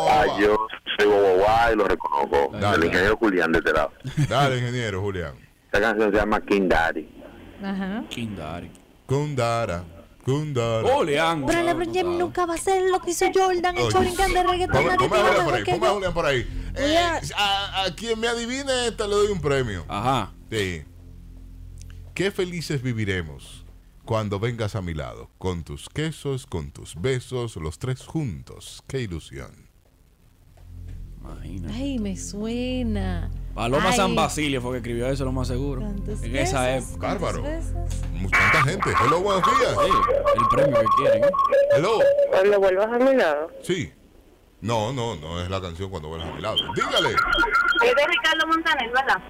N: Ah, yo soy guaguaguá y lo reconozco. el ingeniero Julián de este lado.
A: Dale, ingeniero Julián.
N: Esta canción se llama King Daddy.
B: Ajá.
C: Kindari.
A: Kundara. Kundara.
C: Julián.
B: Pero LeBron James nunca va a hacer lo que hizo Jordan. El
A: Oye,
B: Jordan de reggaetón.
A: Ponme
B: nadie
A: ponme
B: te
A: a
B: va
A: Julián por
B: mejor
A: ahí.
B: que
A: Ponme a
B: yo.
A: Julián por ahí. Eh, a, a quien me adivine esta le doy un premio.
C: Ajá.
A: Sí. Qué felices viviremos cuando vengas a mi lado, con tus quesos, con tus besos, los tres juntos. Qué ilusión.
C: Imagínate.
B: Ay, me suena.
C: Paloma
B: Ay.
C: San Basilio fue que escribió eso, lo más seguro. En esa
B: besos?
C: época.
A: Bárbaro. Tanta gente. Hello, buenos días.
C: el premio que quieren.
A: Hello.
M: Cuando vuelvas a mi lado.
A: Sí. No, no, no es la canción cuando vuelvas a mi lado. Dígale.
H: Es de Ricardo Montaner, ¿verdad?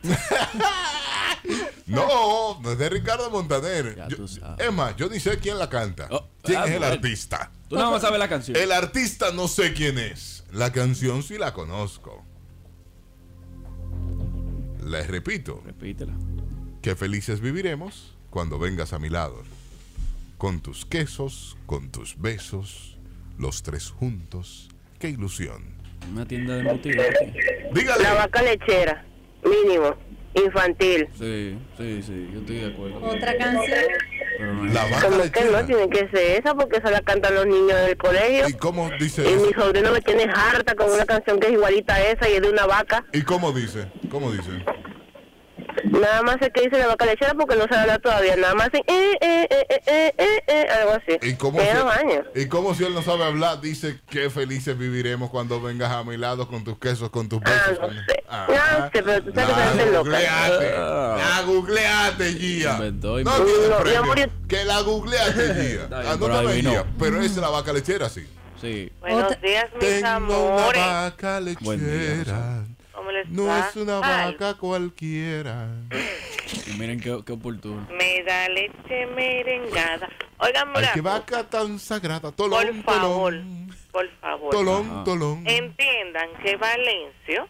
A: No, no es de Ricardo Montaner. Yo- es más, yo ni sé quién la canta. ¿Quién
C: ah,
A: es el
C: bueno.
A: artista?
C: Tú nada más sabes la canción.
A: El artista no sé quién es. La canción sí la conozco. Les repito.
C: Repítela.
A: Que felices viviremos cuando vengas a mi lado. Con tus quesos, con tus besos, los tres juntos. Qué ilusión.
C: Una tienda de motivos.
A: Dígale.
M: La vaca lechera, mínimo, infantil.
C: Sí, sí, sí, yo estoy de acuerdo.
B: Otra canción.
A: La vaca
M: Como que no tiene que ser esa porque se la cantan los niños del colegio.
A: ¿Y cómo dice
M: Y
A: eso?
M: mi sobrino me tiene harta con una canción que es igualita a esa y es de una vaca.
A: ¿Y cómo dice? ¿Cómo dice?
M: Nada más es que dice la vaca lechera porque no se habla todavía. Nada más es eh, eh, eh, eh, eh, eh, eh, algo así.
A: ¿Y cómo,
M: Me
A: si,
M: da baño.
A: y cómo si él no sabe hablar, dice qué felices viviremos cuando vengas a mi lado con tus quesos, con tus besos. con- Ah,
M: No sé, pero tú sabes que se hace
A: la
M: loca.
A: googleate,
C: Ah.
A: la googleate, Gia. No
M: mi-
A: tiene
M: No, mi
A: premio.
M: amor,
A: Que la googleaste, Gia.
C: Está bien, pero
A: Anótame,
C: adivinó.
A: Gia. Pero es la vaca lechera, sí.
C: Sí.
M: Buenos días, mis
A: Tengo una
M: amores.
A: vaca
C: Buen
A: lechera.
M: ¿Cómo les
A: No
M: va?
A: es una
M: Pues, Ay.
A: vaca cualquiera.
C: Y miren qué, qué oportuno.
M: Me da leche merengada. Oigan,
A: Ay,
M: mira,
A: qué vaca tan
M: por
A: sagrada. Tolón,
M: favor,
A: tolón,
M: por favor.
A: tolón, tolón.
M: Entiendan que Valencio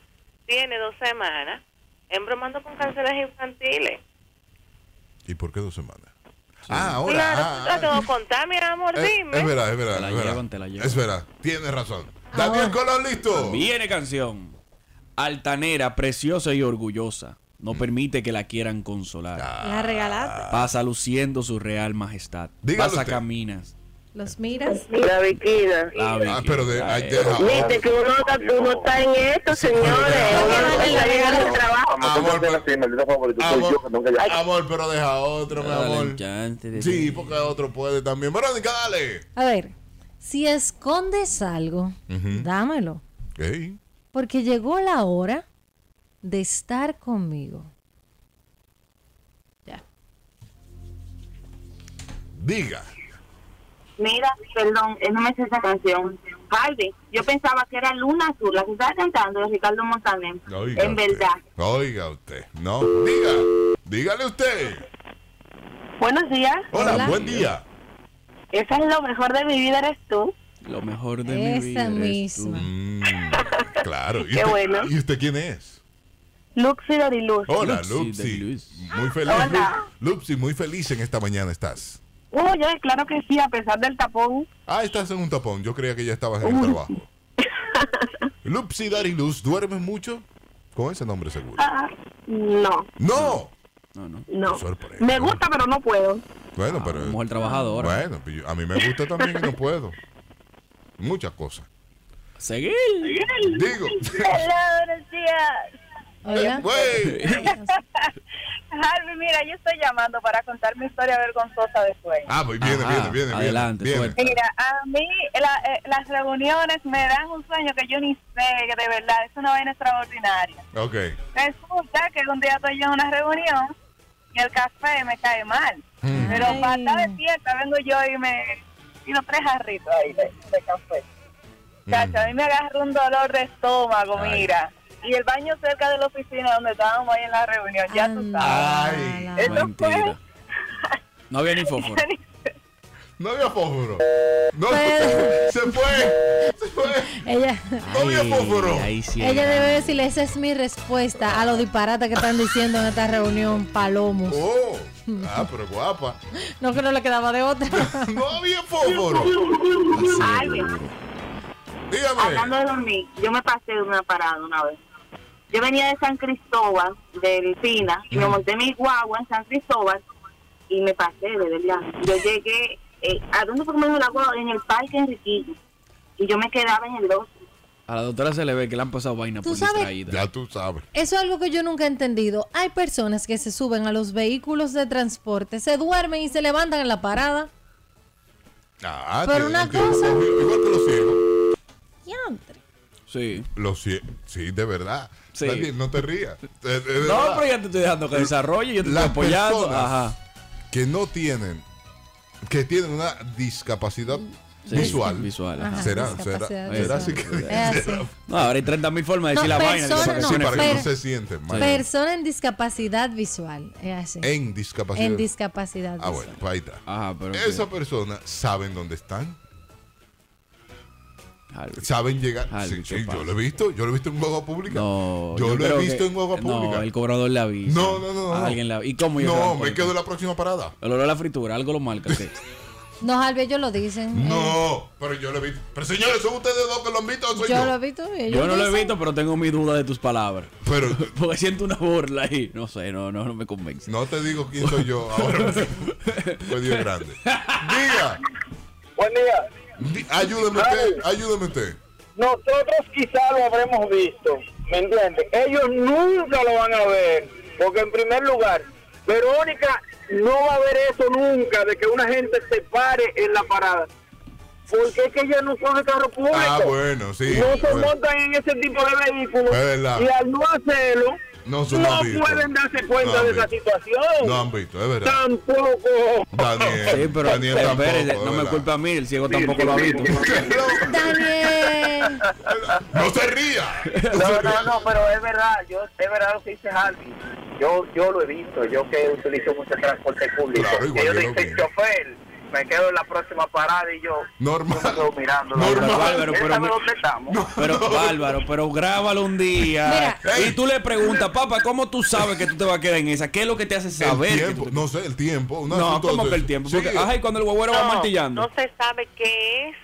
M: tiene dos semanas embromando con canciones infantiles.
A: ¿Y por qué dos semanas? Ah, ahora.
M: Claro,
A: ah, Eh,
M: la tengo que contar, mi amor,
A: Es-
M: dime.
A: Es verdad, es verdad.
C: Te la
A: es verdad.
C: llevan, te la llevan.
A: Es verdad, tienes razón. Daniel Colón, listo.
C: Viene canción. Altanera, preciosa y orgullosa. No
A: Mm.
C: permite que la quieran consolar.
B: La regalaste.
C: Pasa luciendo su real majestad.
A: Dígalo
C: Pasa
A: usted.
C: caminas.
B: ¿Los miras?
M: La viquina.
C: La
A: Ah,
C: Vicky.
A: pero de, ay,
C: eh.
A: deja.
M: Viste que uno, está- uno está en esto, señores. Uno no está llegando al trabajo.
A: Ah, Amor, pero, amor, amor, pero deja otro, mi
C: Dale
A: amor.
C: chance de-
A: Sí, porque otro puede también. Verónica, dale.
B: A ver, si escondes algo,
A: Ujú.
B: dámelo.
A: Ey,
B: Porque llegó la hora de estar conmigo.
A: Diga.
H: Mira, perdón, eh, no me sé esa canción. Harvey, yo pensaba que era Luna Azul, la que estaba cantando de Ricardo Montaner.
A: Oiga
H: en
A: usted.
H: verdad.
A: Oiga usted. No, diga. Dígale usted.
M: Buenos días.
A: Hola, buen día.
M: Esa es lo mejor de mi vida, eres tú.
C: Lo mejor de mi vida.
B: Esa
C: eres tú.
B: misma.
A: Mm, Claro. ¿Y
M: Qué
A: usted,
M: bueno.
A: ¿Y usted quién es?
M: Luxi Doriluz.
A: Hola,
C: Lupsi,
A: Lupsi.
C: de Luis.
A: Muy feliz.
M: Hola.
A: Lu- Lupsi, muy feliz en esta mañana estás.
M: Oye, claro que sí, a pesar del tapón.
A: Ah, estás en un tapón. Yo creía que ya estabas en el
H: <laughs>
A: trabajo. Lupsi Dariluz, ¿duermes mucho? Con ese nombre seguro.
M: No,
A: ¡No!
C: No, no.
M: no.
A: Sorpresa.
M: Me gusta, pero no puedo.
A: Bueno,
C: Ah,
A: pero.
C: mujer trabajadora.
A: Bueno, pues yo- a mí me gusta también y no puedo. Muchas cosas.
C: Seguir.
A: Digo. <laughs>
H: Hola, buenos días.
B: Hola.
A: Güey.
H: Harvey, mira, yo estoy llamando para contar mi historia vergonzosa de sueño.
A: Ah, pues viene,
C: Ajá,
A: viene, viene. viene,
C: adelante,
A: viene.
C: suelta.
H: Mira, a mí la- eh, las reuniones me dan un sueño que yo ni sé, que de verdad, es una vaina extraordinaria.
A: Ok.
H: Resulta que un día estoy yo en una reunión y el café me cae mal. Pero para estar despierta vengo yo y me tiro tres jarritos ahí de, de café. Chacho, a mí me agarró un dolor de estómago,
C: Ay.
H: mira. Y el baño cerca de la oficina donde estábamos ahí en la reunión, ya tú sabes.
A: Ay.
H: Eso fue...
C: Mentira. No había ni fósforo.
A: <laughs> No había fósforo. No,
B: Pero-
A: <laughs> se fue. Se fue.
H: Eh,
B: Ella,
A: No había fósforo.
C: Ahí sí.
B: ella debe decirle, esa es mi respuesta a los disparates que están diciendo en esta reunión, palomos.
A: Oh. Ah, pero guapa.
B: No que no le quedaba de otra.
A: No había fósforo.
H: Ay,
A: Dígame.
H: Hablando de dormir, yo me pasé de una parada una vez. Yo venía de San Cristóbal, del Pina, y
O: Mm.
H: me monté mi guagua en San Cristóbal y me pasé, de verdad. Yo llegué, eh, ¿a dónde fue que me dio la guagua? En el parque Enriquillo. Y yo me quedaba en el 12.
C: A la doctora se le ve que le han pasado vaina
B: ¿Tú
C: por
B: sabes?
C: distraída.
A: Ya tú sabes.
B: <laughs> Eso es algo que yo nunca he entendido. Hay personas que se suben a los vehículos de transporte, se duermen y se levantan en la parada.
A: Ah,
B: Pero
A: tiene
B: una
A: sentido.
B: cosa-
A: Igual que los ciegos.
B: Diantre.
C: Sí.
A: Lo sie- sí, de verdad.
C: Sí.
A: Sandy, no te rías. De- de
C: No,
A: verdad.
C: pero ya te estoy dejando que desarrolle, yo te
A: Las
C: estoy apoyando.
A: personas
C: Ajá.
A: Que no tienen, que tienen una discapacidad
C: Sí,
A: visual.
C: visual, ajá.
A: Será,
C: Ajá,
A: será,
C: discapacidad
A: será
C: visual.
A: así que
C: Es así.
A: será-
C: No, ahora hay 30.000 formas
B: Eh,
C: de
B: No,
C: decir la vaina.
B: persona,
A: para que,
B: no,
A: sí, para que
B: per-
A: no se sienten mal.
B: Persona en discapacidad visual. Es así.
A: En discapacidad.
B: En discapacidad
A: Ah,
B: visual.
A: bueno, pues ahí está. Esas personas saben dónde están. Saben llegar. Sí, sí, yo lo he visto. Yo lo he visto en guagua pública.
C: No,
A: yo, lo he
C: creo
A: visto
C: que-
A: en guagua
C: No,
A: pública.
C: el cobrador la avisa.
A: No, no, no, no.
C: Alguien la ¿Y cómo yo
A: No,
C: se dan
A: me
C: cuenta?
A: quedo en la próxima parada.
C: El olor a la fritura, algo lo marca. ¿qué?
B: No, Jalvi, ellos lo dicen. Eh,
A: No, pero yo lo he visto. Pero señores, son ustedes dos que lo han visto. o
B: Yo,
A: Soy yo.
B: lo he visto. <laughs> ellos
C: Yo no lo he
B: dicen.
C: visto, pero tengo mi duda de tus palabras.
A: Pero.
C: <laughs> Porque siento una burla y no sé, no, no, no me convence.
A: No te digo quién soy yo
C: <laughs>
A: ahora. Fue Dios grande. Diga.
G: Buen día.
A: Di- Ayúdeme usted, ayúdeme usted.
G: Nosotros quizá lo habremos visto, ¿me entiendes? Ellos nunca lo van a ver, porque en primer lugar, Verónica no va a ver eso nunca, de que una gente se pare en la parada. Porque es que ellos no son de carro público.
A: Ah, bueno, sí.
G: no se
A: bueno.
G: montan en ese tipo de vehículos.
A: Es verdad.
G: Y al no hacerlo,
A: No son
G: no
A: amigos.
G: pueden darse cuenta
A: No
G: de
A: han
G: esa
A: visto.
G: situación.
A: No han visto, es verdad.
G: Tampoco.
A: Daniel,
C: Sí, pero
A: Daniel
C: pero
A: tampoco,
C: espérese,
A: es
C: no me
A: verdad.
C: culpe a mí, el ciego tampoco lo ha visto.
B: Daniel.
A: No se ría.
O: <laughs> No, no, no, pero es verdad, yo, es verdad lo que dice Harvey. Yo, yo lo he visto, yo que utilizo mucho transporte público.
A: Claro, igual
O: yo
A: yo lo
O: dice
A: vi.
O: chofer, me quedo en la próxima parada y yo
A: Normal.
O: me quedo mirando.
C: Pero, Bárbaro,
O: Él
C: pero
O: sabe
C: muy-
O: dónde estamos.
C: Pero bárbaro, pero grábalo un día. Y tú le preguntas, papá, ¿cómo tú sabes que tú te vas a quedar en esa? ¿Qué es lo que te hace saber? que
A: tiempo,
C: tú te-
A: no sé, el tiempo. un
C: No,
A: asunto
C: ¿cómo
A: de-
C: que el tiempo?
A: Sí,
C: Porque, ajá, y cuando el guagüero va martillando.
P: No se sabe qué es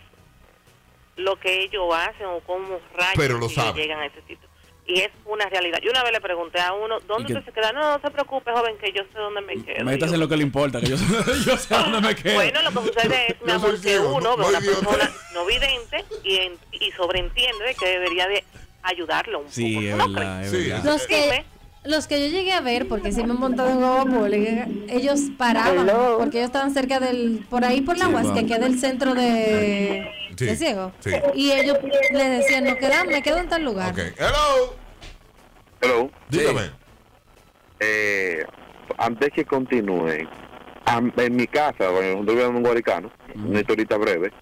P: lo que ellos hacen o cómo rayos
A: Pero lo
P: ellos
A: saben.
P: llegan a ese sitio. Y es una realidad. Yo una vez le pregunté a uno, ¿dónde
C: ¿Y qué?
P: usted se queda? No, no se preocupe, joven, que yo sé dónde me quedo.
C: Métase en lo que le importa, que yo, yo sé <laughs> dónde me quedo.
P: Bueno, lo que sucede es, mi
C: Yo soy
P: amor, que
C: ciego,
P: uno
C: no-
P: ve
C: no
P: una
C: idiota.
P: persona no vidente y, en- y sobreentiende que debería de ayudarlo. un
C: Sí, es verdad, es verdad.
B: Los que, los que yo llegué a ver, porque sí me he montado en guagua pública, ellos paraban,
M: Hello.
B: porque ellos estaban cerca del, por ahí por la
M: Sí,
B: UAS,
M: vamos.
B: que queda el centro de,
A: Sí,
B: de ciego.
A: sí.
B: Y ellos les decían, no quedan, me quedo en tal lugar.
A: Ok. Hello.
N: Hello.
A: Dígame.
N: Eh, antes que continúe, am- en mi casa, cuando nosotros vivíamos en Guaricano, una historita breve,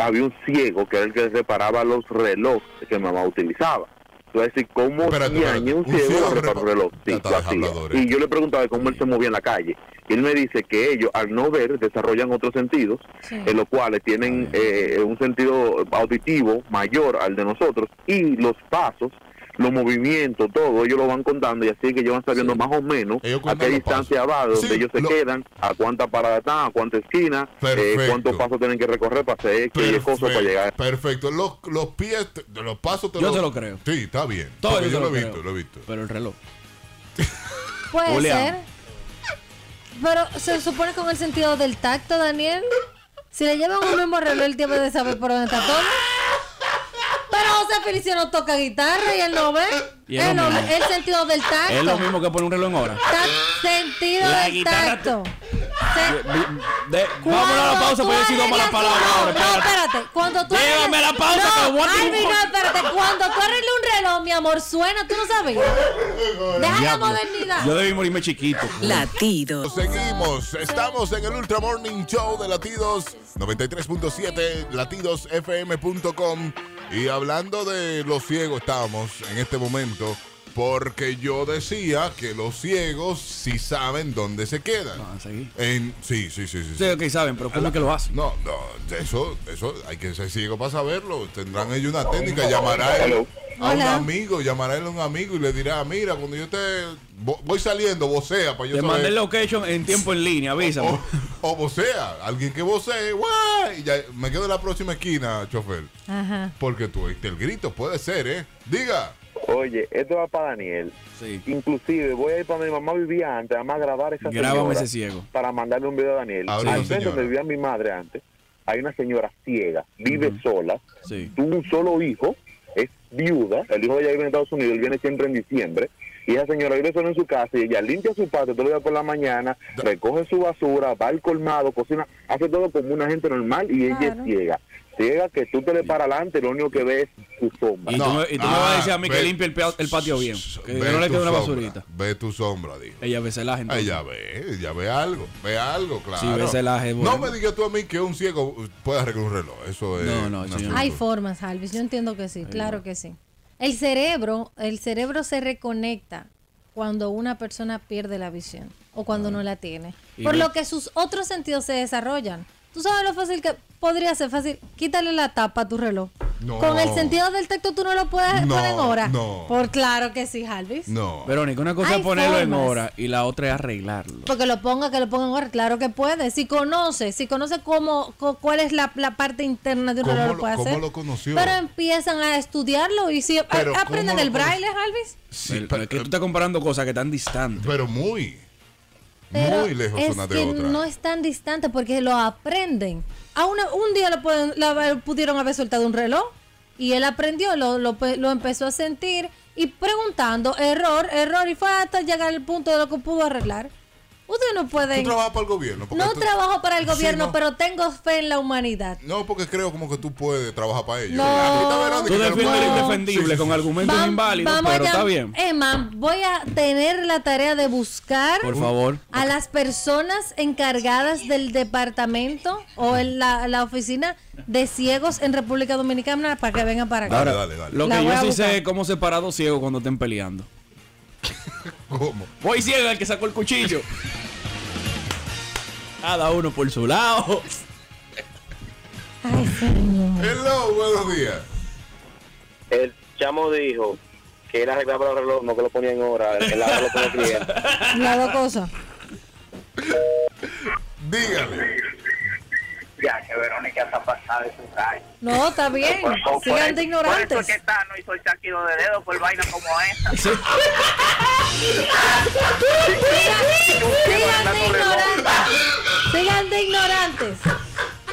N: había un ciego que era el que reparaba los relojes que mamá utilizaba. Entonces, ¿cómo ñaña un ciego repara un reloj? Sí, lo hacía. Y yo le preguntaba cómo él se movía en la calle. Y él me dice que ellos, al no ver, desarrollan otros sentidos, en los cuales tienen eh, un sentido auditivo mayor al de nosotros y los pasos los movimientos, todo, ellos lo van contando y así que ellos van sabiendo más o menos a qué distancia va, de donde ellos se quedan, a cuánta parada están, a cuánta esquina, eh,
A: Perfecto.
N: cuántos pasos tienen que recorrer para hacer X y cosas para llegar.
A: Perfecto. Los, los pies, te- los pasos te
N: Yo
A: los-
N: te lo
C: creo.
A: Sí, está bien.
C: Todo
A: Porque
C: yo
A: yo
C: te
A: lo
C: lo
A: he
C: creo.
A: visto, lo he visto.
C: Pero el reloj.
B: Puede
C: Julián.
B: ser. Pero se supone con el sentido del tacto, Daniel. Si le llevan un mismo reloj, él debe de saber por dónde está todo. Pero José Felicio no toca guitarra y él no ve.
C: Y es lo
B: Él no
C: mismo.
B: ve el sentido del
P: Ah,
B: tacto.
C: Es lo mismo que poner un reloj en hora.
B: Tac- sentido
C: La
B: del
C: guitarra
B: tacto.
C: Eh, De- vámonos a la
B: Cuando
C: pausa, pues
B: tú
C: porque he sido mala
B: arreglas
C: palabra
B: un-
C: ahora.
B: No,
C: espérate.
B: espérate. Cuando tú
C: Llévame
B: arreglas-
C: a la pausa,
B: no,
C: que voy a
B: Alvin,
C: triunfar.
B: no, espérate. Cuando tú arreglas un reloj, mi amor, suena, tú no sabías. Deja la
C: Diablo.
B: modernidad.
C: Yo debí morirme chiquito.
J: Latidos.
A: Seguimos, estamos en el Ultra Morning Show de Latidos 93.7, latidosfm.com. Y hablando de los ciegos, estábamos en este momento, porque yo decía que los ciegos sí saben dónde se quedan. En, sí, sí, sí, sí.
C: Sí, ok, saben, pero ¿cómo es que lo hacen?
A: No, no, eso, eso hay que ser ciego para saberlo. Tendrán ellos una técnica, llamará él a un
C: Hola.
A: amigo, llamará él a un amigo y le dirá, mira, cuando yo te vo- voy saliendo, vocea para yo
C: Te
A: saber".
C: mandé el location en tiempo en línea, avísame.
A: O vocea, alguien que vocee, guay, y ya me quedo en la próxima esquina, chofer.
B: Ajá.
A: Porque tú oíste el grito, puede ser, ¿eh? Diga.
N: Oye, esto va para Daniel. Inclusive voy a ir para mi mamá vivía antes, además a grabar esa
C: Grábame
N: señora
C: ese ciego.
N: para mandarle un video a Daniel.
C: Ahora
N: Ahí
C: esa
N: es donde
C: señora.
N: vivía mi madre antes, hay una señora ciega, vive sola, tuvo un solo hijo, es viuda, el hijo de ella vive en Estados Unidos, él viene siempre en diciembre. Y esa señora vive sola en su casa y ella limpia su patio todo el día por la mañana, recoge su basura, va al colmado, cocina, hace todo como una gente normal y ella es ciega. ciega que tú te le paras adelante y lo único que ves es tu sombra.
C: Y tú, me, y tú me vas a decir a mí
A: Ah,
C: que limpie el, pa- el patio bien. Que yo no le quede una basurita.
A: Ve tu sombra, dijo.
C: Ella ve celaje. entonces.
A: Ella ve, ella ve algo, ve algo, claro.
C: Sí, ve celaje,
A: No
C: bueno.
A: me digas tú a mí que un ciego puede arreglar un reloj. Eso es. No, no,
B: Hay formas, Alvis. Yo entiendo que sí, claro que sí. El cerebro, el cerebro se reconecta cuando una persona pierde la visión o
C: Ah.
B: cuando no la tiene.
Q: Y
B: Por
Q: ve-
B: lo que sus otros sentidos se desarrollan. ¿Tú sabes lo fácil que podría ser fácil? Quítale la tapa a tu reloj.
C: No.
B: Con el sentido del tacto tú no lo puedes
C: No,
B: poner en hora.
C: no.
B: Por claro que sí, Alvis.
A: No.
C: Verónica, una cosa
B: Hay
C: es ponerlo en
B: formas.
C: hora y la otra es arreglarlo.
B: Porque lo ponga, que lo ponga en hora, claro que puede. Si conoce, si conoce cómo, co- cuál es la, la parte interna de un
A: ¿Cómo
B: reloj,
A: lo-
B: lo puede
A: cómo
B: hacer.
A: lo conoció?
B: Pero empiezan a estudiarlo y si a-
C: Pero, ¿cómo
B: aprenden
C: lo
B: el
C: conoció?
B: braille, Alvis.
C: Sí, pero es que tú estás comparando cosas que están
A: eh,
C: distantes.
A: Pero muy.
B: Pero
C: muy lejos
B: es
C: una de
B: que
C: otra.
B: no es tan distante porque lo aprenden. A una- un día lo, pueden- la- eh, pudieron haber soltado un reloj y él aprendió, lo, lo, pe- lo empezó a sentir y preguntando, error, error, y fue hasta llegar al punto de lo que pudo arreglar. Usted no puede...
A: Tú trabajas para el gobierno. porque
B: No
A: tú-
B: trabajo para el
A: <laughs> Sí,
B: gobierno,
A: no.
B: pero tengo fe en la humanidad.
A: No, porque creo como que tú puedes trabajar para ellos.
B: No.
A: Aquí está Verónica,
C: Tú
A: que lo
C: defiendes
A: puede-
C: lo indefendible con argumentos
B: Vam-
C: inválidos,
B: vamos
C: pero
B: a
C: está
B: llam-
C: bien.
B: Emma, voy a tener la tarea de buscar
C: Por favor.
B: a las personas encargadas del departamento o en la, la oficina de ciegos en República Dominicana para que vengan para acá.
C: Ahora, Lo
B: La
C: que
B: voy
C: yo
B: a
C: sí
B: buscar.
C: sé es cómo separar dos ciegos cuando estén peleando.
A: <laughs> ¿Cómo?
C: Voy ciego el que sacó el cuchillo. Cada uno por su lado.
A: Hello, buenos días.
R: El chamo dijo que él arreglaba el reloj, no que lo ponía en hora, él ahora lo ponía cliente.
B: Las dos cosas.
A: <laughs> Dígale.
O: Ya que Verónica está pasada de su calle.
B: No, está bien.
O: Por- por- por
B: Sigan
O: eso-
B: de ignorantes.
O: Por eso es que Tano hizo el chasquido de dedo por vaina como esa.
C: <laughs>
B: Sigan de ignorantes. Sigan de ignorantes.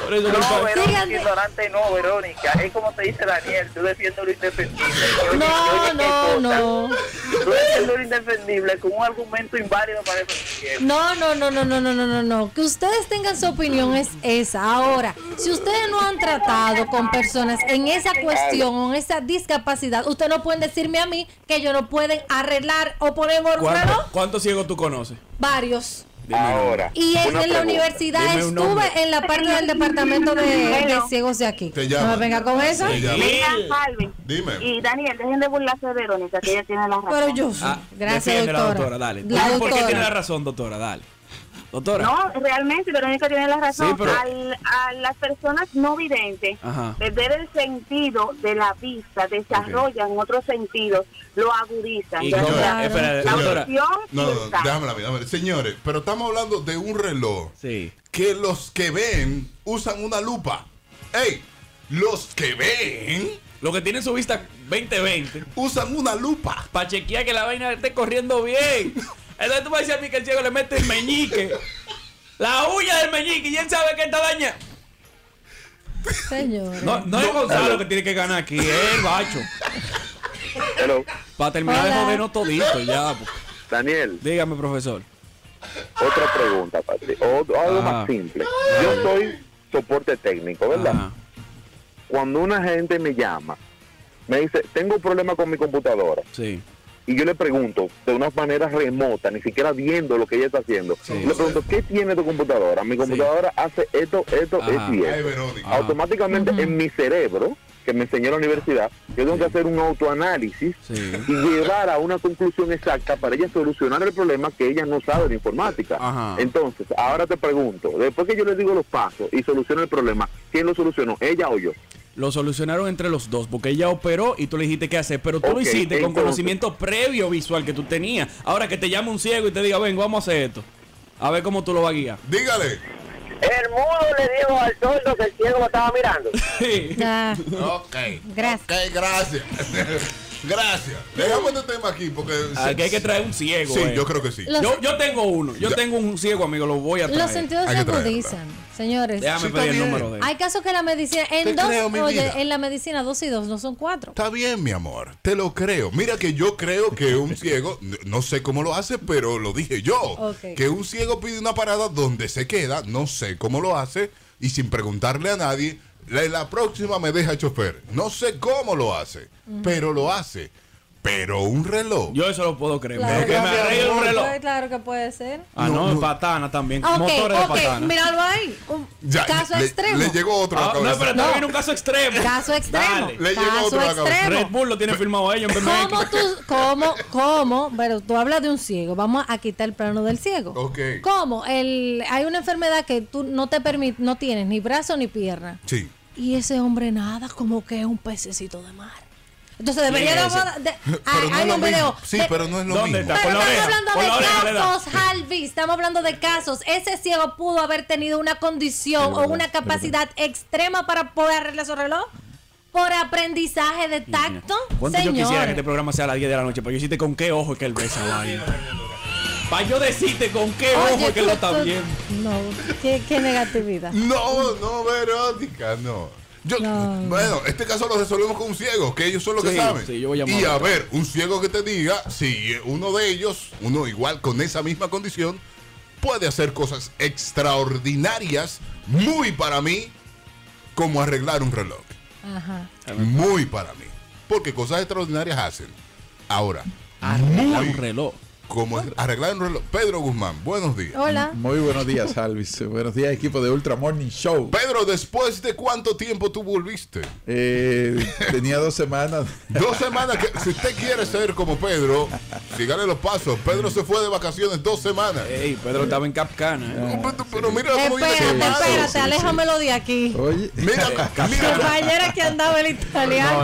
O: No, Verónica,
B: Sigan de-
O: ignorante no, Verónica. Es como te dice Daniel, tú defiendes lo indefendible. Oye,
B: No,
O: oye, qué cosa.
B: no, no.
O: Tú defiendes lo indefendible con un argumento inválido para defender.
B: No, no, no, no, no, no, no, no, no. Que ustedes tengan su opinión es esa. Ahora, si ustedes no han tratado con personas en esa cuestión o en esa discapacidad, ustedes no pueden decirme a mí que ellos no pueden arreglar o poner un reloj.
C: ¿Cuántos ciegos tú conoces?
B: Varios.
C: Ahora.
B: Y es- en la universidad estuve en la parte del departamento de, de ciegos de aquí.
A: Te
B: No
A: llaman.
B: me venga con eso.
A: Te llaman.
H: Mira, Alvin.
A: Dime.
H: Y Daniel, dejen de burlarse de Verónica, que ella tiene la razón.
B: Pero yo sí. Gracias,
C: la
B: doctora.
C: Ah, doctora, dale.
B: La
C: ¿Por qué
B: doctora.
C: tiene la razón, doctora? Dale. Doctora.
H: No, realmente Verónica tiene la razón.
C: Sí, pero-
H: Al- a las personas no videntes,
C: Ajá.
H: perder el sentido de la vista, desarrollan otros sentidos, lo agudizan.
A: Y
H: ya
A: cómo-
H: sea
A: espera,
H: la
A: señora.
H: audición y
A: No,
H: el
A: no,
H: tacto.
A: déjame la vida. déjame la- Señores, pero estamos hablando de un reloj que los que ven usan una lupa. ¡Ey! Los que ven.
C: Los ¿Eh? que tienen su vista 2020
A: usan una lupa.
C: Para chequear que la vaina esté corriendo bien. Entonces tú vas a decir a mí que el ciego le mete el meñique. La huya del meñique. ¿Y él sabe que está dañada?
B: Señor.
C: No, no es Gonzalo que tiene que ganar aquí, es el bacho. Para terminar de
B: Hola.
C: jodernos todito ya.
N: Daniel.
C: Dígame, profesor.
N: Otra pregunta, Patri. O, o algo
C: Ah.
N: más simple. Yo soy soporte técnico, ¿verdad? Cuando una gente me llama, me dice, tengo un problema con mi computadora.
C: Sí.
N: Y yo le pregunto, de una manera remota, ni siquiera viendo lo que ella está haciendo, le pregunto, ¿qué tiene tu computadora? Mi computadora hace esto, esto,
A: Ajá.
N: esto y
A: Ay,
N: esto.
A: Verónica.
N: Automáticamente en mi cerebro, que me enseñó la universidad, yo tengo que hacer un autoanálisis y llevar a una conclusión exacta para ella solucionar el problema que ella no sabe de informática. Entonces, ahora te pregunto, después que yo le digo los pasos y soluciono el problema, ¿quién lo solucionó? ¿Ella o yo?
C: Lo solucionaron entre los dos, porque ella operó y tú le dijiste qué hacer, pero tú lo
N: Ok,
C: hiciste con
N: entonces-
C: conocimiento previo visual que tú tenías. Ahora que te llame un ciego y te diga, ven, vamos a hacer esto. A ver cómo tú lo vas a guiar.
A: Dígale.
O: El mudo le dijo al tordo que el ciego lo estaba mirando.
B: Ah,
A: Ok.
B: Gracias.
A: Ok, gracias. <laughs> gracias. Dejamos este tema aquí porque.
C: Aquí hay que traer un ciego.
A: Sí,
C: eh.
A: yo creo que sí.
B: Los-
C: Yo, yo tengo uno. Yo tengo un ciego, amigo. Lo voy a traer.
B: Los sentidos se agudizan, señores.
C: Déjame pedir el número de él.
B: Hay casos que la medicina
A: Te
B: en dos,
A: creo, mi
B: oye,
A: vida.
B: en la medicina dos y dos no son cuatro.
A: Está bien, mi amor. Te lo creo. Mira que yo creo que
C: <laughs>
A: un ciego, n- no sé cómo lo hace, pero lo dije yo.
B: Ok.
A: Que un ciego pide una parada donde se queda, no sé cómo lo hace, y sin preguntarle a nadie, La, la próxima me deja chofer. No sé cómo lo hace,
B: Ujú.
A: pero lo hace. Pero un reloj.
C: Yo eso lo puedo creer.
B: Claro.
C: Que me arregle un reloj.
B: Pues Claro que puede ser.
C: Ah, no, patana también.
B: Ah, ok,
C: Motores de
B: ok,
C: patana.
B: míralo ahí. Un caso extremo.
A: otro
C: Ah,
A: a la
C: no,
A: cabeza.
C: pero
A: No.
C: también un caso extremo.
B: Caso extremo. Le llegó Caso otro a la cabeza. extremo.
C: Red Bull lo tiene firmado ellos en BMX.
B: ¿Cómo tú, cómo, cómo? Pero tú hablas de un ciego. Vamos a quitar el plano del ciego.
A: Ok.
B: ¿Cómo? El, hay una enfermedad que tú no te permite, no tienes ni brazo ni pierna.
A: Sí.
B: Y ese hombre nada, como que es un pececito de mar. Entonces debería de,
A: ¿Quién es ese?
B: de- hay,
A: <laughs> Pero no
B: hay
A: es lo
B: un video.
A: mismo. Sí,
B: de-
A: pero no es lo
C: ¿Dónde
A: mismo.
C: está? Con la
B: Estamos
C: oreja.
B: hablando
C: Con
B: de
C: la oreja le da.
B: casos, Jalvi, estamos hablando de casos. Ese ciego pudo haber tenido una condición o una capacidad extrema para poder arreglar su reloj por aprendizaje de tacto.
C: ¿Cuánto yo quisiera que este
B: Señor.
C: programa sea a las 10 de la noche? Para yo decirte con qué ojo es que él ve esa vaina. Para yo decirte con qué
B: Oye,
C: ojo es que él
B: tú-
C: lo está
B: tú-
C: viendo.
B: No, qué, qué negatividad.
A: No, no, Verónica, no. Yo, Bueno, este caso lo resolvemos con un ciego, que ellos son los
C: Sí,
A: que saben.
C: sí, yo voy a llamar
A: y a
C: ahorita.
A: ver, un ciego que te diga si uno de ellos, uno igual con esa misma condición, puede hacer cosas extraordinarias, muy para mí, como arreglar un reloj.
B: Ajá.
A: Muy para mí. Porque cosas extraordinarias hacen. Ahora,
Q: Arreglar
A: muy
Q: un reloj.
A: Como arreglar un reloj. Pedro Guzmán, buenos días.
B: Hola.
Q: Muy buenos días, Alvis. Buenos días, equipo de Ultra Morning Show.
A: Pedro, ¿después de cuánto tiempo tú volviste?
Q: Eh, tenía dos semanas.
A: Dos semanas. Que, si usted quiere ser como Pedro, sígale los pasos. Pedro se fue de vacaciones dos semanas.
C: Ey, Pedro estaba en Capcana.
A: ¿eh? Pero, pero mira cómo viene
B: Espérate,
A: quemado.
B: espérate, aléjamelo de aquí.
Q: Oye,
A: mira,
B: Compañera que andaba el italiano.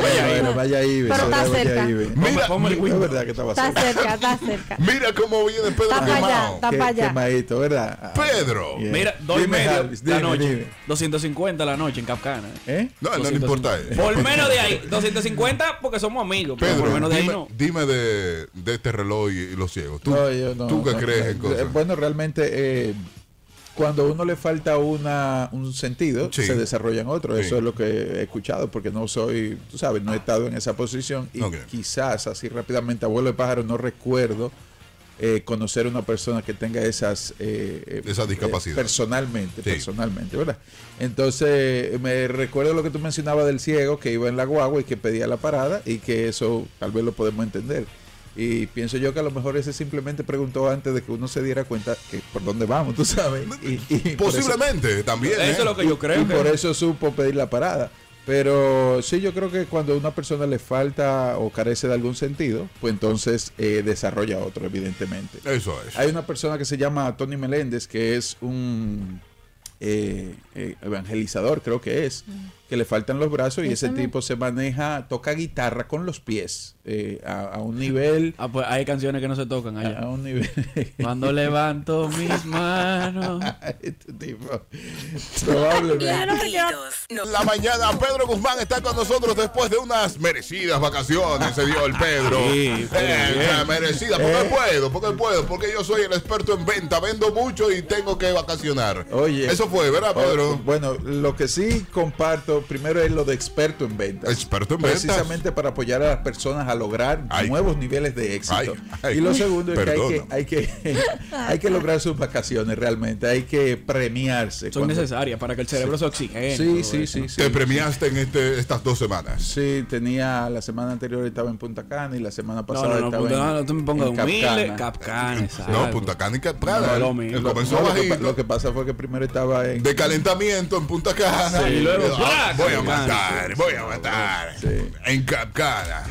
Q: bueno, vaya Ibe.
B: Pero está
Q: señora,
B: cerca.
Q: vaya Ibe.
A: Mira,
Q: Es verdad que estaba
B: Está
Q: cerca.
B: cerca, está cerca.
A: Mira cómo viene Pedro
B: Está para allá,
A: quemado.
B: está
Q: Qué-
B: para allá.
Q: quemadito, ¿verdad?
A: Pedro.
Q: Bien.
C: Mira, dos y
Q: Dime,
C: medio
Q: Alvis,
C: la
Q: dime,
C: noche.
Q: dime.
C: 250 la noche en Capcana.
Q: ¿Eh?
A: No, no le importa a él.
C: Por menos de ahí. 250 porque somos amigos. pero por
A: Pedro,
C: menos de ahí
A: dime,
C: no.
A: dime de, de este reloj y, y los ciegos. ¿Tú,
Q: No, yo no,
A: tú qué
Q: no,
A: crees
Q: no.
A: en cosas?
Q: Eh, Bueno, realmente, eh, cuando a uno le falta una, un sentido,
A: Sí.
Q: se desarrollan otros.
A: Sí.
Q: Eso es lo que he escuchado, porque no soy, tú sabes, no he estado en esa posición. Y
A: Ok.
Q: quizás así rápidamente, abuelo de pájaro, no recuerdo eh, conocer una persona que tenga esas eh, eh,
A: Esa discapacidad.
Q: eh, personalmente,
A: Sí.
Q: personalmente, ¿verdad? Entonces, me recuerdo lo que tú mencionabas del ciego que iba en la guagua y que pedía la parada y que eso tal vez lo podemos entender. Y pienso yo que a lo mejor ese simplemente preguntó antes de que uno se diera cuenta que por dónde vamos, tú sabes. Y- y por eso-
A: Posiblemente, también.
C: Eso
A: ¿eh?
C: es lo que yo creo.
Q: y por
C: que-
Q: eso <laughs> supo pedir la parada. Pero sí, yo creo que cuando a una persona le falta o carece de algún sentido, pues entonces eh, desarrolla otro, evidentemente.
A: Eso es.
Q: Hay una persona que se llama Tony Meléndez, que es un eh, eh, evangelizador, creo que es, que le faltan los brazos y
C: Eso
Q: ese
C: no.
Q: tipo se maneja, toca guitarra con los pies eh, a, a un nivel... Ah,
C: Ah, pues hay canciones que no se tocan allá.
Q: A un nivel...
A: <laughs>
Q: <laughs>
C: Cuando levanto mis manos.
Q: este tipo. Probablemente.
A: La mañana Pedro Guzmán está con nosotros después de unas merecidas vacaciones, se dio el Pedro.
C: Sí, pero
A: Eh,
C: bien.
A: eh, merecida, porque puedo, porque puedo, porque yo soy el experto en venta, vendo mucho y tengo que vacacionar.
Q: <laughs> Oye. Oh,
A: Eso fue, ¿verdad, Pedro?
Q: O- Bueno, lo que sí comparto primero es lo de experto en ventas.
A: Experto en
Q: Precisamente para apoyar a las personas a lograr nuevos niveles de éxito.
A: Ay, ay,
Q: y lo segundo es
A: perdóname.
Q: que hay que, <laughs> hay que hay que lograr sus vacaciones realmente, hay que premiarse.
C: Son
Q: cuando-
C: necesarias para que el cerebro se oxigene.
Q: Sí,
C: todo
Q: sí,
C: eso.
Q: sí, sí.
A: Te premiaste en este, estas dos semanas.
Q: Sí, tenía la semana anterior estaba en Punta Cana y la semana
C: No,
Q: pasada
C: no, no,
Q: estaba
C: Punta-
Q: en,
C: no, no te me pongas
Q: en
C: humilde.
Q: Capcana.
C: Capcana,
A: No,
C: exacto.
A: Punta Cana y Prada.
C: No, lo
A: él,
C: mismo.
A: él comenzó
Q: No, lo, que, pa-
A: bajito.
Q: lo que pasa fue que primero estaba en
A: De calentamiento en Punta
Q: <laughs>
A: Cana.
Q: Sí, y luego,
A: Ah,
Q: ¡plac!
A: voy a
Q: Sí,
A: matar, voy a matar. En Capcana.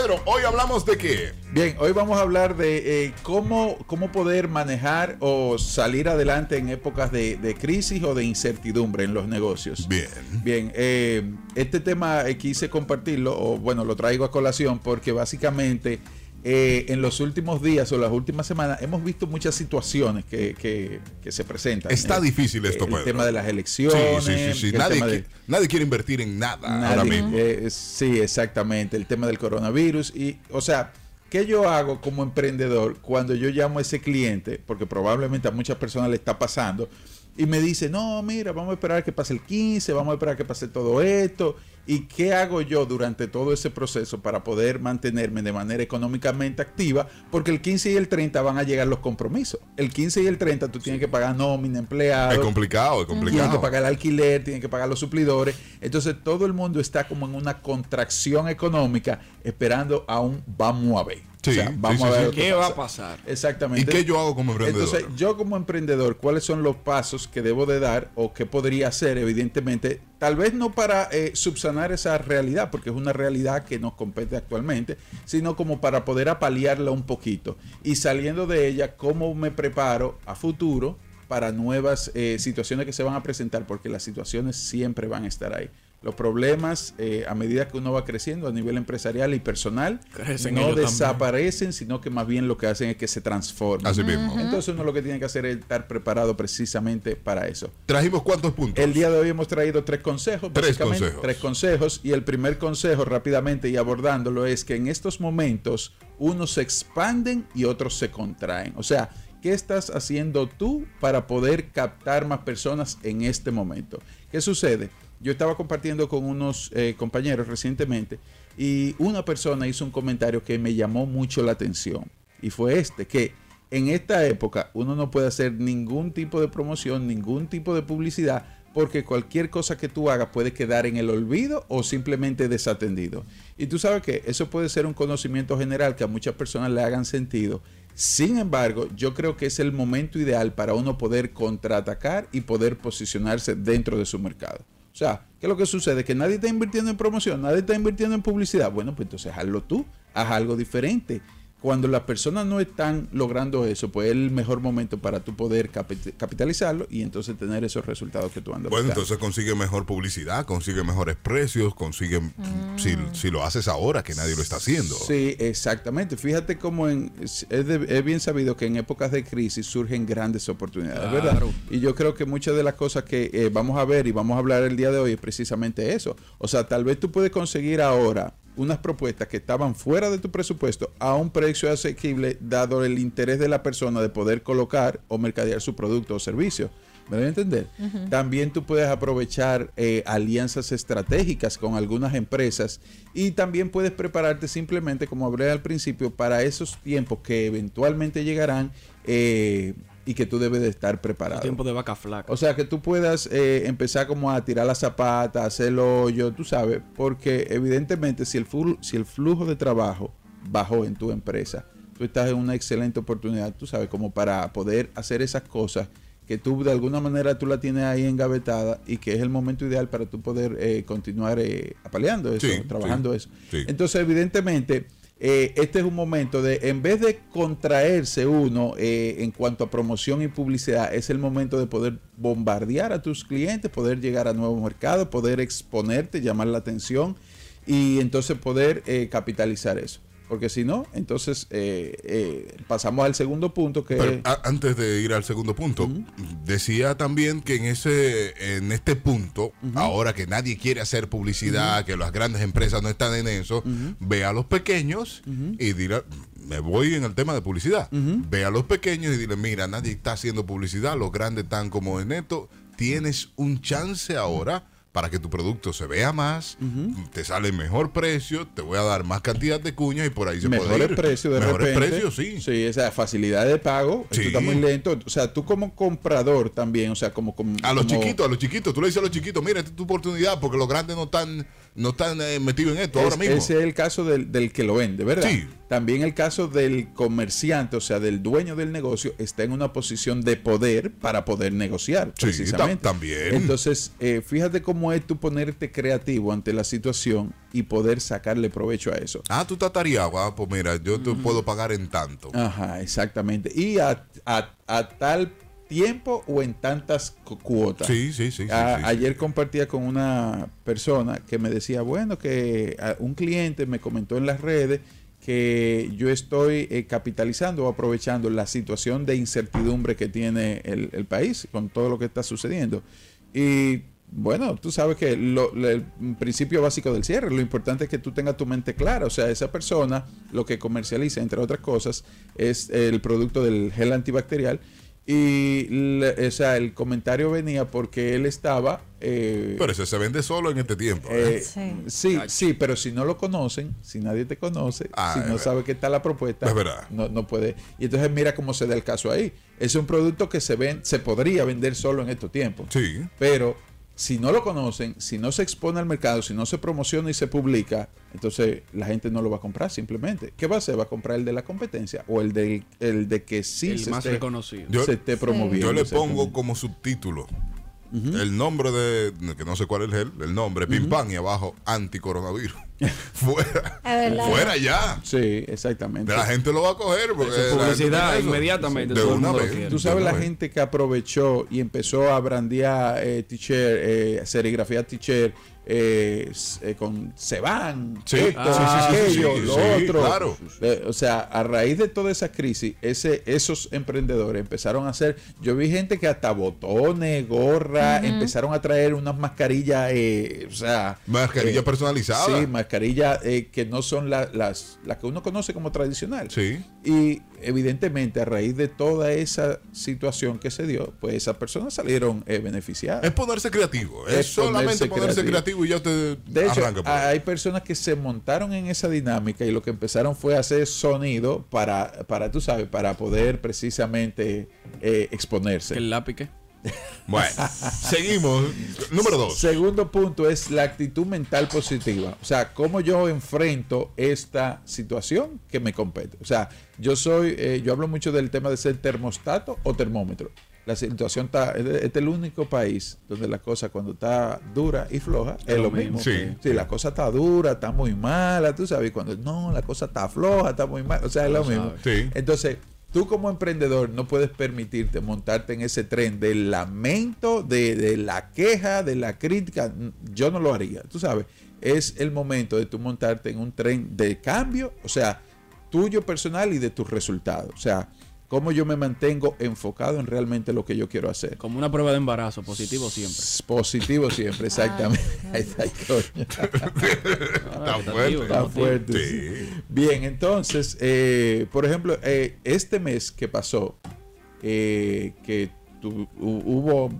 A: Pedro, hoy hablamos de qué?
Q: Bien, hoy vamos a hablar de eh, cómo, cómo poder manejar o salir adelante en épocas de, de crisis o de incertidumbre en los negocios.
A: Bien.
Q: Bien, eh, este tema eh, quise compartirlo, o bueno, lo traigo a colación porque básicamente eh, en los últimos días o las últimas semanas hemos visto muchas situaciones que, que- que se presentan.
A: Está
Q: Eh,
A: difícil esto,
Q: El
A: Pedro.
Q: tema de las
A: Sí,
Q: elecciones.
A: sí, sí, sí.
Q: el
A: Nadie,
Q: tema de-
A: qui- nadie quiere invertir en nada ahora
Q: Nadie,
A: mismo.
Q: eh, sí, exactamente. El tema del coronavirus. Y, o sea, ¿qué yo hago como emprendedor cuando yo llamo a ese cliente? Porque probablemente a muchas personas le está pasando. Y me dice, no, mira, vamos a esperar que pase el 15, vamos a esperar que pase todo esto. ¿Y qué hago yo durante todo ese proceso para poder mantenerme de manera económicamente activa? Porque el 15 y el 30 van a llegar los compromisos. El 15 y el 30 tú tienes que pagar nómina, empleado.
A: Es complicado, es
Q: Tienen que
A: complicado.
Q: pagar el alquiler, tienen que pagar los suplidores. Entonces todo el mundo está como en una contracción económica esperando a un vamos a ver. O
A: Sí,
Q: sea,
A: sí,
Q: vamos
A: sí,
Q: a
A: sí.
Q: ver lo que
C: ¿Qué va
Q: pasa.
C: a pasar?
Q: Exactamente.
A: ¿Y qué yo hago como emprendedor?
Q: Entonces, yo como emprendedor, ¿cuáles son los pasos que debo de dar o que podría hacer, evidentemente? Tal vez no para eh, subsanar esa realidad, porque es una realidad que nos compete actualmente, sino como para poder apalearla un poquito. Y saliendo de ella, ¿cómo me preparo a futuro para nuevas eh, situaciones que se van a presentar? Porque las situaciones siempre van a estar ahí. Los problemas, eh, a medida que uno va creciendo a nivel empresarial y personal,
C: Crecen
Q: no
C: ellos también.
Q: desaparecen, sino que más bien lo que hacen es que se transforman.
A: Así mismo. Ujú.
Q: Entonces uno lo que tiene que hacer es estar preparado precisamente para eso.
A: Trajimos cuántos puntos.
Q: El día de hoy hemos traído tres consejos.
A: Tres
Q: básicamente,
A: consejos.
Q: Tres consejos. Y el primer consejo rápidamente y abordándolo es que en estos momentos unos se expanden y otros se contraen. O sea, ¿qué estás haciendo tú para poder captar más personas en este momento? ¿Qué sucede? Yo estaba compartiendo con unos eh, compañeros recientemente y una persona hizo un comentario que me llamó mucho la atención. Y fue este, que en esta época uno no puede hacer ningún tipo de promoción, ningún tipo de publicidad, porque cualquier cosa que tú hagas puede quedar en el olvido o simplemente desatendido. Y tú sabes que eso puede ser un conocimiento general que a muchas personas le hagan sentido. Sin embargo, yo creo que es el momento ideal para uno poder contraatacar y poder posicionarse dentro de su mercado. O sea, ¿qué es lo que sucede? Que nadie está invirtiendo en promoción, nadie está invirtiendo en publicidad. Bueno, pues entonces hazlo tú, haz algo diferente. Cuando las personas no están logrando eso, pues es el mejor momento para tú poder capit- capitalizarlo y entonces tener esos resultados que tú andas
A: Bueno,
Q: buscando.
A: entonces consigue mejor publicidad, consigue mejores precios, consigue mm, si, si lo haces ahora que nadie lo está haciendo.
Q: Sí, exactamente. Fíjate cómo en, es, es de- es bien sabido que en épocas de crisis surgen grandes oportunidades, ¿verdad?
C: Claro.
Q: Y yo creo que muchas de las cosas que eh, vamos a ver y vamos a hablar el día de hoy es precisamente eso. O sea, tal vez tú puedes conseguir ahora unas propuestas que estaban fuera de tu presupuesto a un precio asequible dado el interés de la persona de poder colocar o mercadear su producto o servicio. ¿Me deben entender?
S: Ujú.
Q: También tú puedes aprovechar eh, alianzas estratégicas con algunas empresas y también puedes prepararte simplemente, como hablé al principio, para esos tiempos que eventualmente llegarán eh, y que tú debes de estar preparado.
C: Tiempo de vaca flaca.
Q: O sea, que tú puedas eh, empezar como a tirar la zapata, hacer el hoyo, tú sabes, porque evidentemente si el, flu- si el flujo de trabajo bajó en tu empresa, tú estás en una excelente oportunidad, tú sabes, como para poder hacer esas cosas que tú de alguna manera tú la tienes ahí engavetada y que es el momento ideal para tú poder eh, continuar eh, apaleando eso,
A: Sí,
Q: trabajando
A: sí,
Q: eso.
A: sí.
Q: Entonces, evidentemente, eh, este es un momento de, en vez de contraerse uno eh, en cuanto a promoción y publicidad, es el momento de poder bombardear a tus clientes, poder llegar a nuevos mercados, poder exponerte, llamar la atención y entonces poder eh, capitalizar eso. Porque si no, entonces eh, eh, pasamos al segundo punto que
A: Pero a- antes de ir al segundo punto, decía también que en ese en este punto, ahora que nadie quiere hacer publicidad, que las grandes empresas no están en eso, ve a los pequeños y dirá, me voy en el tema de publicidad. Ve a los pequeños y dile, mira, nadie está haciendo publicidad, los grandes están como en esto, tienes un chance ahora para que tu producto se vea más, te sale mejor precio, te voy a dar más cantidad de cuñas y por ahí se puede
Q: mejores
A: ir.
Q: precios de
A: Mejores
Q: repente.
A: precios,
Q: sí. Sí, esa facilidad de pago. Esto
A: Sí.
Q: está muy lento. O sea, tú como comprador también, o sea, como... como
A: A los
Q: como-
A: chiquitos, a los chiquitos. Tú le dices a los chiquitos, mira, esta es tu oportunidad porque los grandes no están, no están eh, metidos en esto
Q: Es-
A: ahora mismo.
Q: Ese es el caso del, del que lo vende, ¿verdad? También el caso del comerciante, o sea, del dueño del negocio, está en una posición de poder para poder negociar.
A: Sí,
Q: precisamente.
A: tam- también.
Q: Entonces, eh, fíjate cómo es tú ponerte creativo ante la situación y poder sacarle provecho a eso.
A: Ah, tú estás tareado. Ah, pues mira, yo te puedo pagar en tanto.
Q: Ajá, exactamente. Y a, a- a tal tiempo o en tantas cu- cuotas.
A: Sí, sí, sí, sí,
Q: A-
A: sí, sí.
Q: ayer compartía con una persona que me decía, bueno, que ah, un cliente me comentó en las redes que yo estoy eh, capitalizando o aprovechando la situación de incertidumbre que tiene el, el país con todo lo que está sucediendo. Y bueno, tú sabes que lo- lo- el principio básico del cierre, lo importante es que tú tengas tu mente clara. O sea, esa persona lo que comercializa, entre otras cosas, es el producto del gel antibacterial. Y le- o sea, el comentario venía porque él estaba... eh,
A: Pero ese se vende solo en este tiempo. ¿eh?
Q: eh, sí, sí, pero si no lo conocen, si nadie te conoce,
A: Ah,
Q: si
A: es
Q: no
A: verdad.
Q: sabe qué está la propuesta,
A: Es verdad.
Q: No, no puede. Y entonces mira cómo se da el caso ahí. Es un producto que se ven, se podría vender solo en estos tiempos.
A: Sí.
Q: Pero si no lo conocen, si no se expone al mercado, si no se promociona y se publica, entonces la gente no lo va a comprar simplemente. ¿Qué va a hacer? ¿Va a comprar el de la competencia o el del el de que sí
C: El
Q: se
C: más
Q: esté-
C: reconocido.
A: Yo,
Q: se esté promoviendo?
A: yo le
Q: exactamente.
A: pongo como subtítulo el nombre de, que no sé cuál es el, el nombre, pim pam, y abajo, anticoronavirus. fuera. Fuera ya.
Q: Sí, exactamente.
A: La gente lo va a coger porque...
C: Eso
A: la
C: es
A: gente
C: publicidad,
A: tiene eso.
C: inmediatamente,
A: De
C: todo el
A: una
C: mundo lo
A: vez.
C: quiere.
Q: Tú sabes
A: De una
Q: la
A: vez.
Q: gente que aprovechó y empezó a brandear eh, t-shirt, eh, serigrafía t-shirt, eh, s- eh, con se van,
A: Sí.
Q: esto,
A: Ah, sí, sí, sí,
Q: aquello,
A: sí,
Q: lo
A: sí,
Q: otro.
A: claro.
Q: Eh, o sea, a raíz de toda esa crisis, ese, esos emprendedores empezaron a hacer. Yo vi gente que hasta botones, gorra, empezaron a traer unas mascarillas, eh, o sea. eh,
A: Mascarilla personalizada.
Q: Sí, mascarillas eh, que no son la- las, las que uno conoce como tradicional.
A: Sí.
Q: Y evidentemente, a raíz de toda esa situación que se dio, pues esas personas salieron eh, beneficiadas.
A: Es ponerse creativo. Es,
Q: Es
A: solamente ponerse
Q: ponerse
A: creativo.
Q: creativo.
A: y ya te
Q: De hecho,
A: arranca. por ahí.
Q: hay personas que se montaron en esa dinámica y lo que empezaron fue a hacer sonido para, para tú sabes, para poder precisamente eh, exponerse.
C: El lápiz qué?
A: Bueno, seguimos. Número dos.
Q: Segundo punto es la actitud mental positiva. O sea, cómo yo enfrento esta situación que me compete. O sea, yo soy, eh, yo hablo mucho del tema de ser termostato o termómetro. La situación está, este es el único país donde la cosa cuando está dura y floja es lo mismo.
A: Sí.
Q: Sí, la cosa está dura, está muy mala, tú sabes, cuando no, la cosa está floja, está muy mala, o sea, ah, es lo
A: Lo
Q: mismo.
A: sabes. Sí.
Q: Entonces, tú como emprendedor no puedes permitirte montarte en ese tren del lamento, de, de la queja, de la crítica, yo no lo haría, tú sabes, es el momento de tú montarte en un tren de cambio, o sea, tuyo personal y de tus resultados, o sea, cómo yo me mantengo enfocado en realmente lo que yo quiero hacer.
C: Como una prueba de embarazo, positivo siempre.
Q: Positivo siempre, exactamente. Ahí <laughs> está, coño.
A: Está fuerte.
Q: Está fuerte, sí. Bien, entonces, eh, por ejemplo, eh, este mes que pasó, eh, que tu- hu- hubo,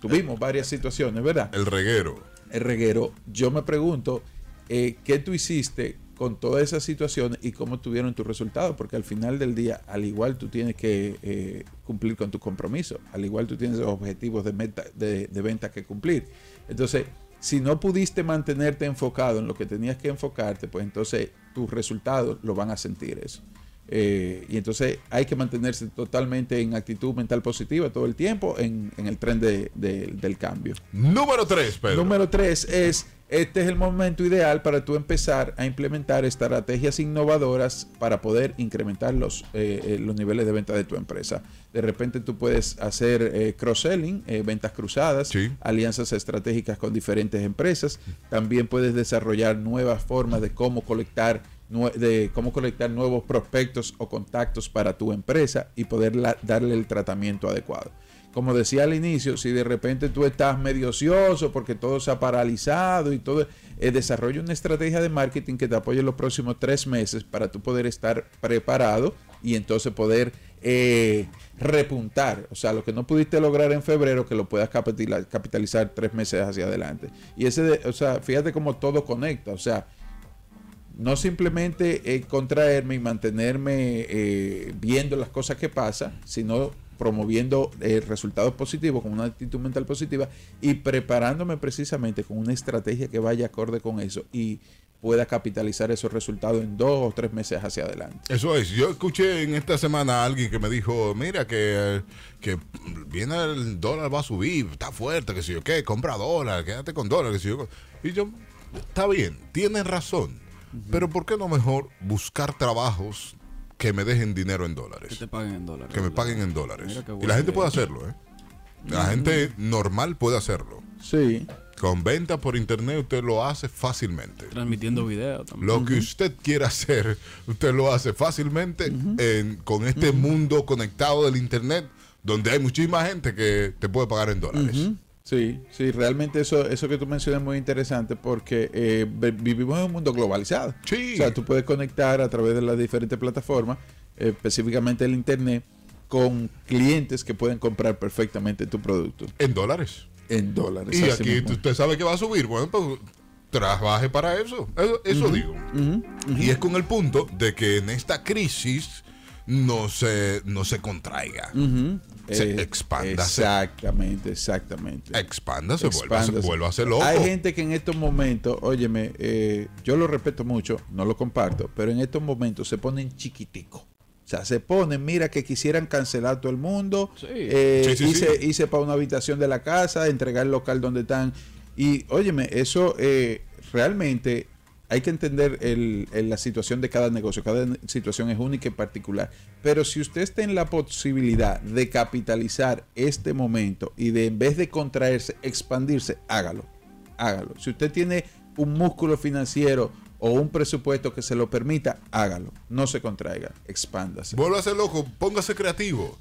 Q: tuvimos varias situaciones, ¿verdad?
A: El reguero.
Q: El reguero. Yo me pregunto, eh, ¿qué tú hiciste con todas esas situaciones y cómo tuvieron tus resultados? Porque al final del día, al igual tú tienes que eh, cumplir con tus compromisos, al igual tú tienes objetivos de, meta, de, de venta que cumplir. Entonces, si no pudiste mantenerte enfocado en lo que tenías que enfocarte, pues entonces tus resultados lo van a sentir eso. Eh, y entonces hay que mantenerse totalmente en actitud mental positiva todo el tiempo en, en el tren de- de- del cambio.
A: Número tres, Pedro.
Q: Número tres es, este es el momento ideal para tú empezar a implementar estrategias innovadoras para poder incrementar los, eh, eh, los niveles de venta de tu empresa. De repente tú puedes hacer eh, cross-selling, eh, ventas cruzadas, alianzas estratégicas con diferentes empresas. También puedes desarrollar nuevas formas de cómo colectar nue- de cómo colectar nuevos prospectos o contactos para tu empresa y poder la- darle el tratamiento adecuado como decía al inicio, si de repente tú estás medio ocioso porque todo se ha paralizado y todo, eh, desarrolla una estrategia de marketing que te apoye los próximos tres meses para tú poder estar preparado y entonces poder eh, repuntar. O sea, lo que no pudiste lograr en febrero, que lo puedas capitila- capitalizar tres meses hacia adelante. Y ese, de- o sea, fíjate cómo todo conecta. O sea, no simplemente eh, contraerme y mantenerme eh, viendo las cosas que pasan, sino promoviendo eh, resultados positivos con una actitud mental positiva y preparándome precisamente con una estrategia que vaya acorde con eso y pueda capitalizar esos resultados en dos o tres meses hacia adelante.
A: Eso es, yo escuché en esta semana a alguien que me dijo, mira que, que viene el dólar, va a subir, está fuerte, que sé yo qué, compra dólar, quédate con dólar, que sé yo. Y yo, está bien, tienes razón, pero ¿por qué no mejor buscar trabajos que me dejen dinero en dólares? Que
C: te paguen en dólares.
A: Que me paguen en dólares.
C: Mira qué
A: Y
C: buena
A: la gente
C: idea.
A: puede hacerlo, ¿eh? La
C: Ujú.
A: gente normal puede hacerlo.
Q: Sí.
A: Con venta por internet usted lo hace fácilmente.
C: Transmitiendo video también.
A: Lo que usted quiera hacer, usted lo hace fácilmente en- con este mundo conectado del Internet, donde hay muchísima gente que te puede pagar en dólares.
Q: Ujú. Sí, sí, realmente eso, eso que tú mencionas es muy interesante porque eh, ve- vivimos en un mundo globalizado. O sea, tú puedes conectar a través de las diferentes plataformas, eh, específicamente el Internet, con clientes que pueden comprar perfectamente tu producto.
A: En dólares.
Q: En dólares.
A: Y
Q: así
A: aquí
Q: mismo.
A: tú- usted sabe que va a subir. Bueno, pues trabaje para eso. Eso, eso
Q: Ujú,
A: digo. Y es con el punto de que en esta crisis no se, no se contraiga.
Q: Ujú.
A: Se
Q: Eh,
A: expanda. se-
Q: Exactamente, exactamente.
A: Expanda, se vuelva- se vuelva a ser loco.
Q: Hay gente que en estos momentos, óyeme, eh, yo lo respeto mucho, no lo comparto, pero en estos momentos se ponen chiquitico. O sea, se ponen, mira, que quisieran cancelar todo el mundo, eh,
A: Sí, sí,
Q: hice,
A: sí.
Q: hice para una habitación de la casa, entregar el local donde están. Y óyeme, eso eh, realmente hay que entender el- el- la situación de cada negocio, cada ne- situación es única y particular. Pero si usted está en la posibilidad de capitalizar este momento y de en vez de contraerse, expandirse, hágalo. Hágalo. Si usted tiene un músculo financiero o un presupuesto que se lo permita, hágalo. No se contraiga, expándase.
A: Vuelva a ser loco, póngase creativo.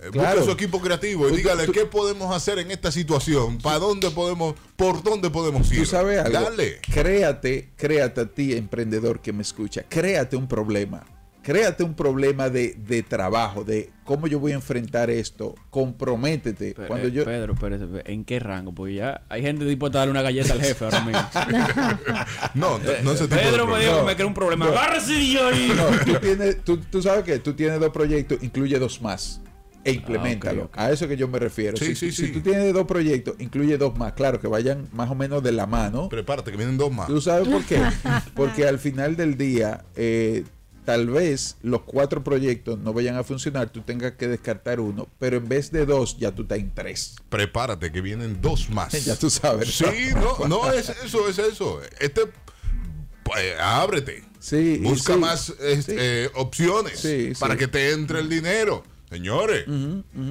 A: Eh,
Q: Claro.
A: Busque su equipo creativo y
Q: Tú-
A: dígale
Q: tú-
A: qué podemos hacer en esta situación, para dónde podemos, por dónde podemos ir.
Q: Tú sabes algo.
A: Dale.
Q: Créate, créate a ti, emprendedor que me escucha. Créate un problema. Créate un problema de, de trabajo, de cómo yo voy a enfrentar esto. Comprométete.
C: Pe-
Q: Cuando
C: eh,
Q: yo.
C: Pedro, espérate, espérate, ¿en qué rango? Porque ya hay gente dispuesta a darle una galleta al jefe ahora mismo.
A: <laughs> no, no, no ese tipo de
C: Pedro
A: problema.
C: me dijo
A: No.
C: que me creó un problema.
A: No.
C: ¡Agárrese de ahí!
Q: No, tú, tienes, tú, tú sabes que tú tienes dos proyectos, incluye dos más.
C: Ah,
Q: E implementalo. A eso que yo me refiero. si,
A: Sí, sí,
Q: si
A: sí.
Q: tú tienes dos proyectos, incluye dos más. Claro, que vayan más o menos de la mano.
A: Prepárate, que vienen dos más.
Q: ¿Tú sabes por qué? Porque al final del día, eh, tal vez los cuatro proyectos no vayan a funcionar, tú tengas que descartar uno, pero en vez de dos, ya tú estás en tres. <laughs>
A: Prepárate, que vienen dos más.
Q: Ya tú sabes. <laughs>
A: Sí, no, no, es eso, es eso. Este, pues, ábrete.
Q: Sí,
A: Busca
Q: sí,
A: más es- eh, opciones
Q: Sí, sí.
A: para que te entre el dinero. Señores,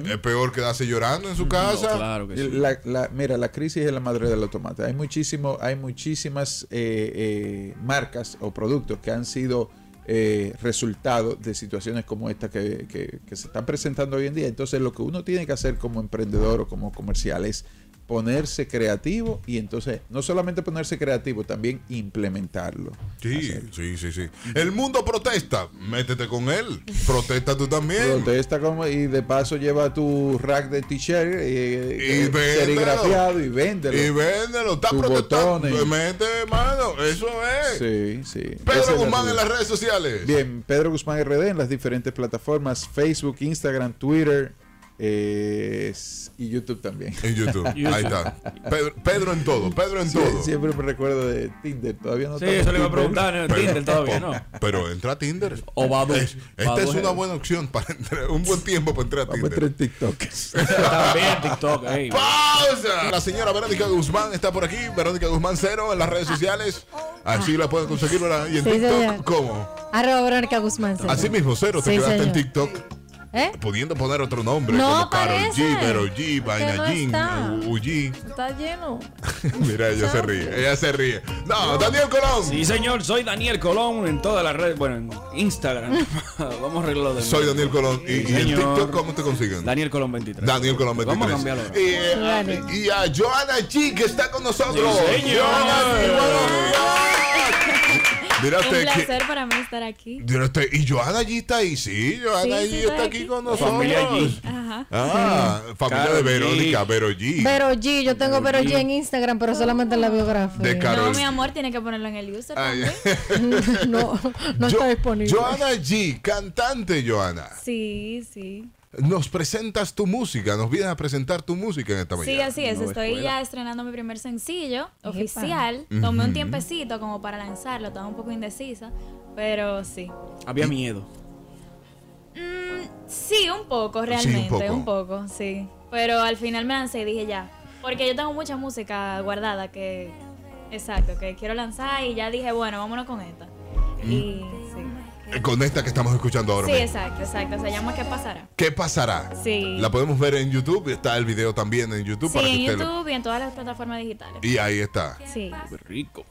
A: es peor quedarse llorando en su casa.
Q: La- la- mira, la crisis es la madre del automata. Hay, muchísimo, hay muchísimas eh, eh, marcas o productos que han sido eh, resultado de situaciones como esta que, que- que se están presentando hoy en día. Entonces, lo que uno tiene que hacer como emprendedor o como comercial es ponerse creativo y entonces no solamente ponerse creativo, también implementarlo.
A: Sí, sí, sí, sí. El mundo protesta, métete con él. Protesta tú también.
Q: Protesta como y de paso lleva tu rack de t-shirt eh,
A: Y
Q: eh,
A: véndelo.
Q: serigrafiado y véndelo.
A: Y véndelo, está
Q: Tus
A: protestando.
Q: botones.
A: Te mete mano, eso es.
Q: Sí, sí. Esa
A: Pedro
Q: es la
A: Guzmán en
Q: realidad.
A: las redes sociales.
Q: Bien, Pedro Guzmán RD en las diferentes plataformas, Facebook, Instagram, Twitter eh, s- y YouTube también.
A: En YouTube,
C: <laughs>
A: ahí está. Pedro, Pedro en todo, Pedro en
Q: Sí,
A: todo.
Q: Siempre me recuerdo de Tinder, todavía no
C: Sí,
Q: estamos
C: eso le iba a
Q: en
C: preguntar en
A: Pero-
C: Tinder todavía, ¿no?
A: Pero entra a Tinder.
C: O Badu.
A: Es- esta
C: Badu
A: es una
C: es-
A: buena opción para entrar, un buen tiempo para entrar a Tinder.
C: También TikTok, ey.
A: ¡Pausa! La señora Verónica Guzmán está por aquí. Verónica Guzmán Cero en las redes sociales. Así la pueden conseguir. ¿verdad? ¿Y en
B: Sí,
A: TikTok?
B: señor.
A: ¿Cómo?
B: Arroba Verónica Guzmán. señor.
A: Así mismo, Cero, te
B: Sí,
A: quedaste en
B: señor.
A: TikTok.
B: ¿Eh?
A: Pudiendo poner otro nombre.
B: No
A: como Karol
B: aparece.
A: G, Vero G, Vaina
B: no está.
A: Jean, Uji.
B: Está lleno.
A: <laughs> Mira, ella se ríe. Ella se ríe. No, Daniel Colón.
C: Sí, señor, soy Daniel Colón en todas las redes. Bueno, en
B: <laughs>
C: Instagram. Vamos a arreglarlo de
A: Soy
C: nuevo.
A: Daniel Colón. ¿Y,
C: Sí,
A: y en
C: señor.
A: TikTok cómo te consiguen?
C: Daniel Colón 23.
A: Daniel Colón 23.
C: Vamos a cambiarlo ahora.
A: Eh, Y, a Joana G que está con nosotros.
C: Sí, señor.
A: Joana G, buenos
B: <laughs>
A: días. Mira
S: Un
A: usted que-
S: placer para mí estar aquí.
A: mira usted, y Joana G está ahí, sí, Joana
S: Sí, sí,
A: G
S: estoy
A: está aquí,
S: aquí.
A: con
S: La
A: nosotros.
S: familia G. Ajá.
A: Ah, familia
C: Karol
A: de
C: G.
A: Verónica, Vero G.
B: Pero G, yo tengo Pero G en Instagram, pero solamente en la biografía.
A: De Karol
S: No, mi
A: G.
S: amor, tiene que ponerlo en el user.
A: Ay, <laughs>
B: no, no está disponible.
A: Joana G, cantante Joana.
S: Sí, sí.
A: Nos presentas tu música, nos vienes a presentar tu música en esta mañana.
S: Sí, así es.
A: No,
S: Estoy
A: escuela.
S: ya estrenando mi primer sencillo oficial.
A: Ujú.
S: Tomé un tiempecito como para lanzarlo. Estaba un poco indecisa, pero sí.
C: Había miedo.
S: Sí, un poco,
C: Sí,
S: realmente.
C: un poco.
S: un poco, sí. Pero al final me lancé y dije ya. Porque yo tengo mucha música guardada que. Exacto, que quiero lanzar y ya dije, bueno, vámonos con esta. Y sí.
A: Eh, Mm, Con esta que estamos escuchando ahora.
S: Sí,
A: mismo.
S: exacto, exacto. Se llama ¿Qué pasará?
A: ¿Qué pasará?
S: Sí.
A: La podemos ver en YouTube, está el video también en YouTube
S: Sí,
A: para que
S: en
A: usted lo-
S: YouTube y en todas las plataformas digitales.
A: Y ahí está.
S: Sí.
C: Rico.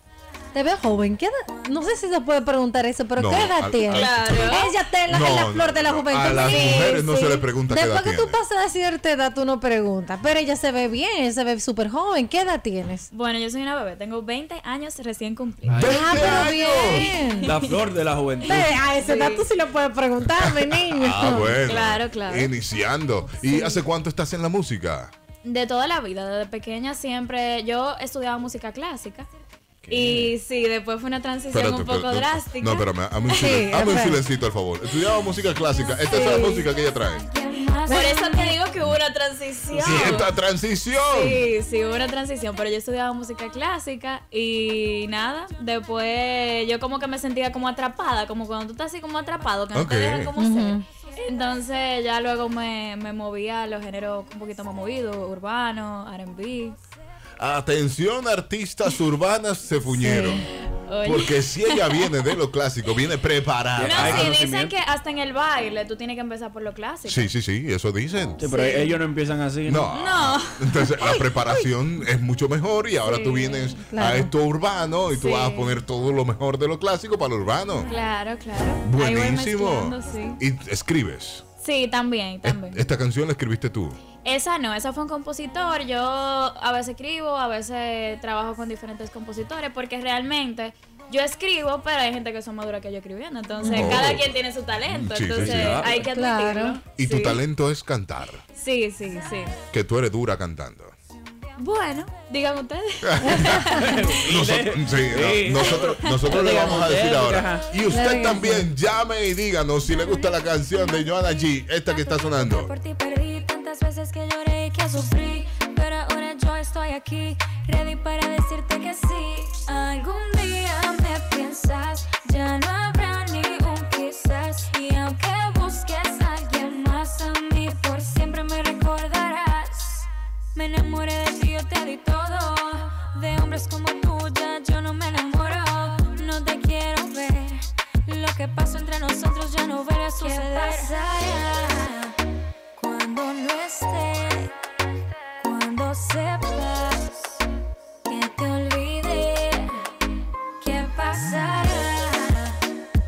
B: Te veo joven. ¿Qué edad? No sé si se puede preguntar eso, pero
A: No,
B: ¿qué
A: al-
B: edad
A: al-
B: tiene?
A: Claro.
B: Ella está en la,
A: No,
B: en la
A: no,
B: flor de la
A: no,
B: juventud.
A: a las
B: Sí,
A: mujeres no
B: sí.
A: se les pregunta qué
B: Después
A: edad
B: que tú
A: tienen.
B: pasas de cierta edad, tú no preguntas. Pero ella se ve bien, ella se ve súper joven. ¿Qué edad tienes?
S: Bueno, yo soy una bebé, tengo 20 años recién cumplidos.
B: Ah, pero bien.
C: La
S: <laughs>
C: flor de la juventud.
B: Ve, A esa edad tú Ah, sí lo puedes preguntar, mi niño.
A: Ah,
S: <laughs>
A: bueno. Eh.
S: Claro, claro.
A: Iniciando. ¿Y hace cuánto estás en la música?
S: De toda la vida, desde pequeña siempre yo estudiaba música clásica. Y sí, después fue una transición
A: Espérate,
S: un poco
A: espérate.
S: drástica.
A: No, espérame, hazme un,
S: Sí,
A: silen- hazme un
S: espera.
A: silencito, al favor. Estudiaba música clásica. Esta es la
S: Sí.
A: música que ella trae.
S: Por eso te digo que hubo una transición.
A: Sí, esta transición.
S: Sí, sí, hubo una transición, pero yo estudiaba música clásica y nada, después yo como que me sentía como atrapada, como cuando tú estás así como atrapado, que no
A: Ok.
S: te dejan como ser. Entonces ya luego me, me movía a los géneros un poquito más movidos, urbanos, R&B.
A: Atención, artistas urbanas se fuñeron.
S: Oye.
A: Porque si ella viene de lo clásico, viene preparada.
S: No, sí, dicen que hasta en el baile tú tienes que empezar por lo clásico.
A: Sí, sí, sí, eso dicen.
C: Sí, pero ellos no empiezan así.
A: No.
S: No.
A: Entonces la preparación es mucho mejor y ahora
S: Sí,
A: tú vienes a
S: claro.
A: esto urbano y tú
S: Sí.
A: vas a poner todo lo mejor de lo clásico para lo urbano.
S: Claro, claro. Ahí voy
A: Buenísimo.
S: mezclando, sí.
A: Y escribes.
S: Sí, también, también.
A: Esta canción la escribiste tú.
S: Esa no, esa fue un compositor. Yo a veces escribo, a veces trabajo con diferentes compositores, porque realmente yo escribo, pero hay gente que son más dura que yo escribiendo. Entonces,
A: Oh.
S: cada quien tiene su talento.
A: Sí, Ah. sí,
S: entonces,
A: sí.
S: hay que
B: Claro.
S: admitirlo.
A: Y tu
S: Sí.
A: talento es cantar.
S: Sí, sí, sí.
A: Que tú eres dura cantando.
S: Bueno, digan
A: <laughs>
S: ustedes.
A: Nosotros, sí, no,
C: Sí.
A: nosotros, nosotros le
C: Digamos,
A: vamos a decir
C: eh,
A: ahora.
C: ajá.
A: Y usted también llame y díganos si le gusta la canción de Joana G, esta que está sonando.
T: Por ti perdí tantas veces que lloré y que sufrí. Pero ahora yo estoy aquí, ready para decirte que sí. Algún día me piensas, ya no habrá ni un quizás. Y aunque busques a alguien más, a mí por siempre me recordarás. Me enamoré de ti, yo te di todo. De hombres como tú, ya yo no me enamoro. No te quiero ver. Lo que pasó entre nosotros ya no verá suceder. ¿Qué pasará? Cuando no esté, cuando sepas que te olvidé, ¿qué pasará?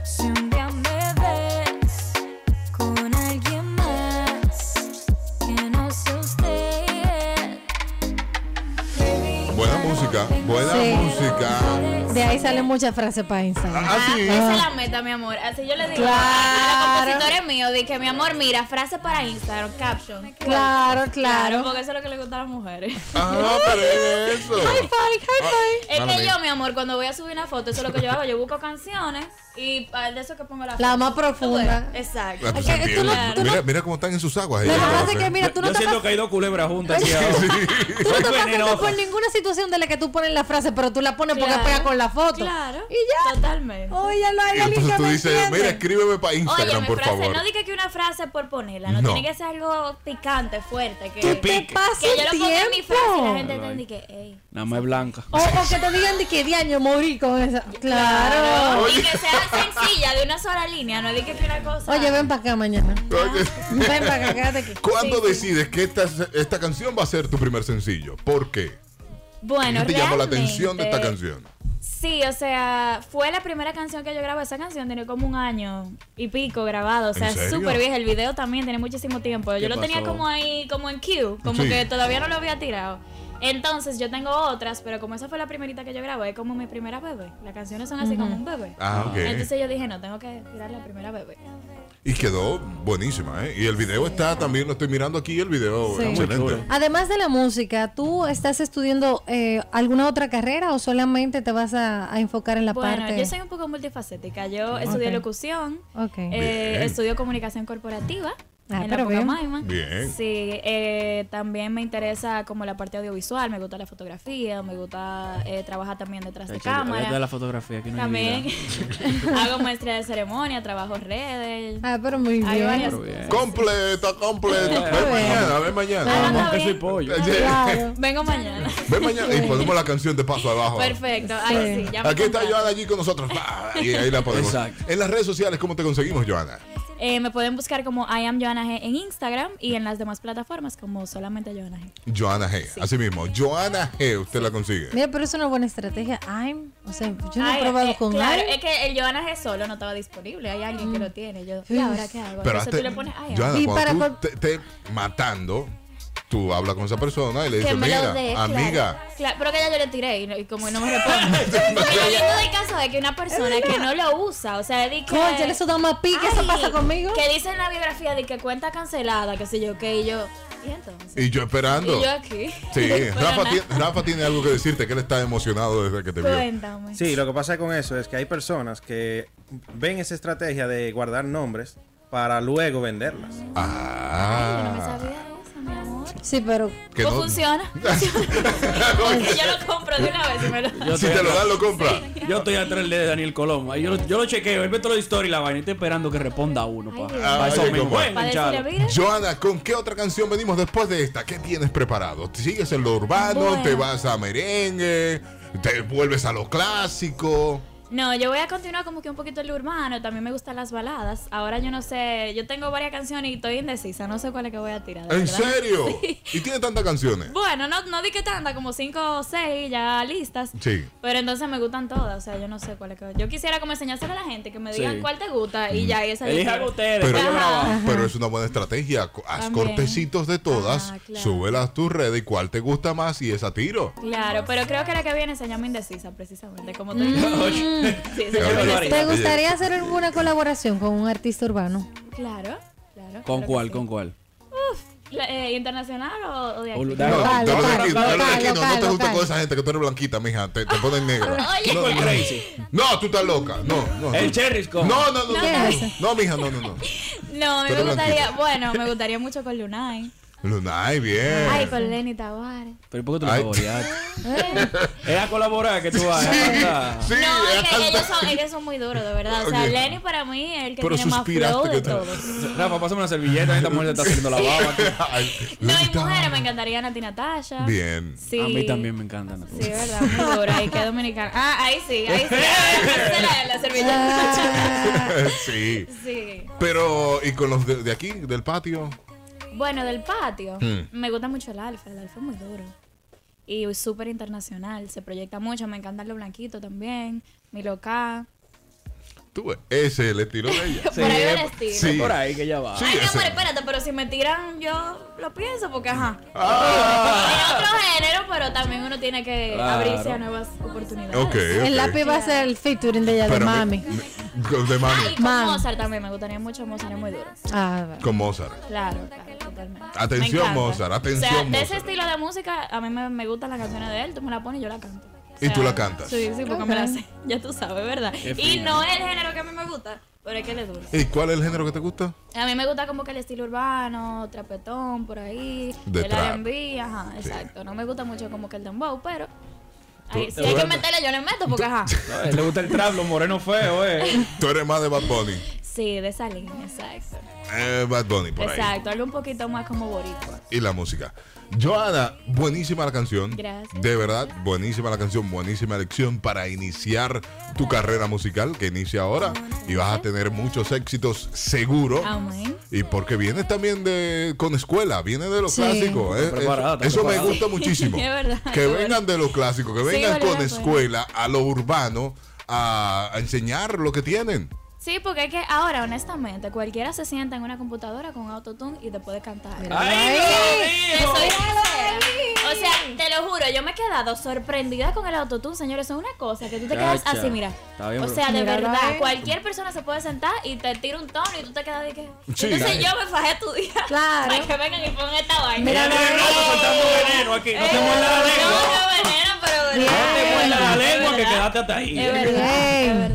T: Si un día me ves con alguien más que no sea usted,
A: Buena música, buena
B: Sí.
A: música.
B: De ahí salen muchas frases para Instagram.
S: Ah, Esa es la meta, mi amor. Así yo le digo a los compositores míos, dije, mi amor, mira, frase para Instagram, caption.
B: Claro, claro.
S: porque eso es lo que le gusta a las mujeres.
A: Ah, pero es eso.
S: High five, high five. Es
A: Mala
S: que
A: Ah. mía.
S: yo, mi amor, cuando voy a subir una foto, eso es lo que yo hago. Yo busco canciones y ah, de eso que pongo la foto.
B: La más profunda.
S: Tú ves, Exacto.
A: Ah, pues entiendo. Mira, mira cómo están en sus aguas. eh,
B: Lo
A: ellas.
B: que pasa es que, mira, tú no
C: Yo
B: te
C: siento que hay dos culebras
B: <laughs>
C: juntas aquí ahora.
B: Tú no te
C: Son
B: pasas
C: venenosas.
B: por ninguna situación de la que tú pones la frase, pero tú la pones porque
S: Claro,
B: pega con la foto.
S: claro.
B: Y ya.
S: Totalmente.
B: Oye, lo hay
A: Y entonces
B: alguien que
A: tú
B: me
A: dices, mira,
B: entiende.
A: escríbeme para Instagram,
S: Oye, mi
A: por
S: frase,
A: favor.
S: no diga que una frase por ponerla, no,
A: No.
S: tiene que ser algo picante, fuerte. Que,
C: Que pique.
S: Que
B: Pasa
S: yo
B: el
S: lo ponga en mi
B: tiempo.
S: frase y la gente entiende que, ey.
C: Nada más es blanca.
B: O, o que te digan de que diaño morí con esa. Claro.
S: Y que sea sencilla, de una sola línea, no diga que una cosa.
B: Oye, ven para acá mañana.
A: Oye.
B: Ven para acá, quédate aquí.
A: <laughs> ¿Cuándo decides que esta, esta canción va a ser tu primer sencillo? ¿Por qué?
S: bueno,
A: ¿Qué te llamó la atención de esta
S: realmente,
A: canción?
S: Sí, o sea, fue la primera canción que yo grabé. Esa canción tiene como un año y pico grabado. O sea,
A: ¿En serio?
S: súper vieja. El video también tiene muchísimo tiempo. Yo
C: ¿Qué
S: lo tenía
C: pasó?
S: como ahí, como en queue, como
C: Sí.
S: que todavía no lo había tirado. Entonces yo tengo otras, pero como esa fue la primerita que yo grabé, es como mi primera bebé. Las canciones son así como un bebé.
A: Ah, ok.
S: Entonces yo dije, no, tengo que tirar la primera bebé.
A: Y quedó buenísima, ¿eh? Y el video está también, lo estoy mirando aquí, el video
B: Sí.
A: excelente.
B: Además de la música, ¿tú estás estudiando eh, alguna otra carrera o solamente te vas a, a enfocar en la
S: bueno,
B: parte?
S: yo soy un poco multifacética. Yo
B: Ok.
S: estudié locución,
B: Ok.
S: eh,
B: Bien.
S: estudio comunicación corporativa en
B: Ah,
S: la
B: pero bien.
S: Pucamaima.
B: Bien.
S: Sí, eh, también me interesa como la parte audiovisual, me gusta la fotografía, me gusta eh, trabajar también detrás de
C: Chacho, olvídate de
S: cámara.
C: la fotografía que no hay
S: También
C: vida.
S: <laughs> hago maestría de ceremonia, trabajo redes.
B: Ah, <laughs> pero muy
S: Hay
B: bien.
S: varias-
B: Pero bien.
A: Completa, completa. Ven mañana, ven mañana.
S: Ah, está bien.
A: pollo.
S: Vengo mañana.
A: Ven mañana y ponemos la canción de paso abajo.
S: Perfecto. Ahí sí, ya me
A: Aquí está
S: contratan.
A: Joana allí con nosotros. Ah, Y ahí la ponemos. En las redes sociales, ¿cómo te conseguimos, Joana?
S: Eh, me pueden buscar como I am Johanna G en Instagram y en las demás plataformas como solamente Johanna G.
A: Joana G. Así mismo. Joana G. Usted la consigue.
B: Mira, pero es una buena estrategia. I'm, o sea, yo no he
S: Ay,
B: probado
S: eh,
B: con
S: claro,
B: I'm.
S: es que el Johanna G solo no estaba disponible. Hay alguien
B: Mm.
S: que lo tiene. Yo, ¿y ahora qué hago?
A: Pero
S: Entonces
A: hazte-
S: tú le pones I am.
A: Joana, cuando tú te estés matando, tú hablas con esa persona y le
S: Que
A: dices,
S: me lo
A: mira,
S: dé, claro.
A: amiga.
S: Claro, pero que ya yo le tiré y, no- y como
A: <laughs>
S: no me responde. Pero yo doy caso de que una persona que no lo usa, o sea, de que.
B: Cónchale, eso da más pique, eso pasa conmigo.
S: Que dice en la biografía de que cuenta cancelada, que sé yo, que y yo. ¿Y entonces?
A: Y yo esperando.
S: Y yo aquí. <laughs>
A: Sí,
S: Bueno,
A: Rafa,
S: nada.
A: tiene, Rafa tiene algo que decirte, que él está emocionado desde que te vio.
S: Cuéntame.
U: Sí, lo que pasa con eso es que hay personas que ven esa estrategia de guardar nombres para luego venderlas.
A: Ah.
B: Sí, pero.
A: Que
S: Pues
A: no- <laughs>
S: funciona. Porque yo lo compro de una vez y me lo.
A: Si te lo dan, lo compra.
C: Yo estoy atrás de Daniel Colón. Ahí Yo, lo- yo lo chequeo, él ve todo la historia y la vaina. y Estoy esperando que responda uno. Pa,
A: Dios.
C: pa eso
A: Ay,
C: mismo.
A: cómo.
C: Bueno,
A: Pa'
C: chalo.
A: Joana, ¿con qué otra canción venimos después de esta? ¿Qué tienes preparado? ¿Sigues en lo urbano?
S: Bueno.
A: ¿Te vas a merengue? ¿Te vuelves a lo clásico?
S: No, yo voy a continuar como que un poquito el urbano. También me gustan las baladas. Ahora yo no sé. Yo tengo varias canciones y estoy indecisa. No sé cuál es que voy a tirar. de
A: ¿En
S: verdad.
A: serio?
S: <laughs> Sí.
A: ¿Y tiene tantas canciones?
S: Bueno, no, no di que tanta, como cinco o seis ya listas.
A: Sí.
S: Pero entonces me gustan todas. O sea, yo no sé cuál es que. Yo quisiera como enseñárselo a la gente, que me digan
A: Sí.
S: cuál te gusta y ya esa yo
C: Mm. Elijan
S: quiero.
C: ustedes,
A: Pero,
S: Ajá.
A: pero es una buena estrategia. Co- Haz
S: También.
A: cortecitos de todas,
S: claro.
A: súbelas a tus redes y cuál te gusta más y esa tiro.
S: Claro, pero creo que la que viene se llama indecisa, precisamente. Como te Sí, se
A: Qué
S: llama
A: barbaridad.
S: indecisa.
B: ¿Te gustaría hacer alguna colaboración con un artista urbano?
S: Claro, claro.
C: ¿Con
S: claro que
C: cuál?
S: sí.
C: ¿Con cuál?
S: Uf, la- eh, ¿internacional o, o de aquí?
C: O lo-
A: No,
C: Local,
A: de los latinos, de
C: local,
A: los
C: local,
A: latinos, no te
C: local,
A: gusta con
C: local.
A: esa gente que tú eres blanquita, mija. Te, te ponen negra.
S: <laughs> Oye.
A: no,
S: Chico, el
A: no,
S: crazy.
A: No, tú estás loca. No, no.
C: El
A: no.
C: Cherry's
A: No,
C: con-
A: no, no. No,
S: ¿Qué
A: no,
S: es
A: no, no, mija, no, no, no.
S: No, a mí me
A: Pero
S: gustaría,
A: blanquita.
S: bueno, me gustaría mucho con Lunay.
A: Lunay, bien.
C: Eh.
A: <laughs>
S: Ay, con Lenny Tavares.
C: Pero ¿por qué tú
S: <laughs>
C: lo saboreaste? Es a eh, colaborar que tú vas.
A: Sí,
C: ¿verdad?
A: sí.
S: No, es que ellos son, ellos son muy duros, de verdad. O sea,
C: Ok.
S: Lenny para mí es el que
C: Pero
S: tiene más flow
C: suspiraste
S: de
C: que
S: todos.
C: te... Rafa, pásame una servilleta. Esta mujer te está haciendo la baba.
A: <laughs>
S: No, y mujeres, me encantaría Nati Natasha.
C: Bien.
S: Sí.
C: A mí también me encantan.
S: Sí, es verdad, muy dura. Y que dominicana. Ah, ahí sí, ahí
C: <laughs>
S: sí. Esa es la, la servilleta.
A: sí.
S: Sí.
A: Pero, ¿y con los de, de aquí, del patio?
S: Bueno, del patio,
A: Hmm.
C: Mm.
S: me gusta mucho el alfa. El alfa es muy duro. Y es súper internacional. Se proyecta mucho. Me encantan los blanquitos también. Mi loca.
A: Tú ves, ese es el estilo de ella.
S: <laughs> Por ahí va el estilo.
A: Sí.
C: Por ahí que ya va.
A: Sí,
S: Ay, mi
A: ese.
S: amor, espérate, pero si me tiran, yo lo pienso porque, ajá.
A: Ah.
S: Es otro género, pero también uno tiene que
A: Claro.
S: abrirse a nuevas oportunidades.
A: Ok,
B: El
A: ok.
B: lápiz va a ser el featuring de ella de
A: Pero me-
B: mami.
A: De
S: Ah,
A: mami.
S: y con
B: Mami.
S: Mozart también, me gustaría mucho Mozart, es muy duro.
B: Ah,
A: Con Mozart.
S: Claro, claro, totalmente.
A: Atención,
S: Me encanta.
A: Mozart, atención,
S: O sea, de
A: Mozart.
S: ese estilo de música, a mí me, me gustan las canciones de él, tú me la pones y yo la canto. O
A: Y tú
S: sea,
A: la cantas.
S: Sí, sí, porque me la sé. Ya tú sabes, ¿verdad?
A: Qué
S: Y
A: fino.
S: no es el género que a mí me gusta, pero es que él es duro.
A: ¿Y cuál es el género que te gusta?
S: A mí me gusta como que el estilo urbano, trapetón, por ahí,
A: De
S: el
A: trap.
S: R&B, ajá, exacto. No me gusta mucho como que el dembow, pero ahí, si
C: te
S: hay que
C: gusta?
S: meterle, yo le meto, porque
A: <laughs>
S: ajá.
C: No, Le gusta el trap, los morenos feos, eh.
A: Tú eres más de Bad Bunny.
S: Sí, de esa línea, exacto.
A: Eh, Bad Bunny, por ahí.
S: Exacto, algo un poquito más como boricua.
A: y la música. Joana, buenísima la canción.
S: Gracias.
A: De verdad, buenísima la canción, buenísima elección para iniciar tu carrera musical que inicia ahora y vas a tener muchos éxitos seguro.
S: Amén.
A: Y porque vienes también de con escuela, viene de lo
S: Sí.
A: clásico. eh.
C: Está preparada,
A: Eso,
C: está
A: eso me
C: preparada.
A: gusta muchísimo.
S: es verdad.
A: que
S: es
A: vengan de lo clásico, que
S: Sí,
A: vengan
S: vale la
A: con
S: pena.
A: escuela a lo urbano a, a enseñar lo que tienen.
S: Sí, porque es que ahora, honestamente, cualquiera se sienta en una computadora con autotune y te puede cantar.
C: ¡Ay,
S: Te soy sincera. O sea, te lo juro, yo me he quedado sorprendida con el autotune, señores. Eso Es una cosa que tú <laughs> te quedas
C: Chacha.
S: así, mira.
C: Está bien,
S: o
C: bro.
S: sea, de
C: Mírala
S: verdad,
C: ahí.
S: cualquier persona se puede sentar y te tira un tono y tú te quedas de que.
C: Sí.
S: Entonces
C: Claro.
S: yo me fajé tu día. <laughs>
B: Claro.
S: Para que vengan y pongan esta vaina.
C: Mira, Mira, mira, Rafa, soltando veneno aquí.
B: Eh,
C: No te muerdas la lengua. No te muerdas la lengua que quedaste hasta ahí.
A: Es verdad,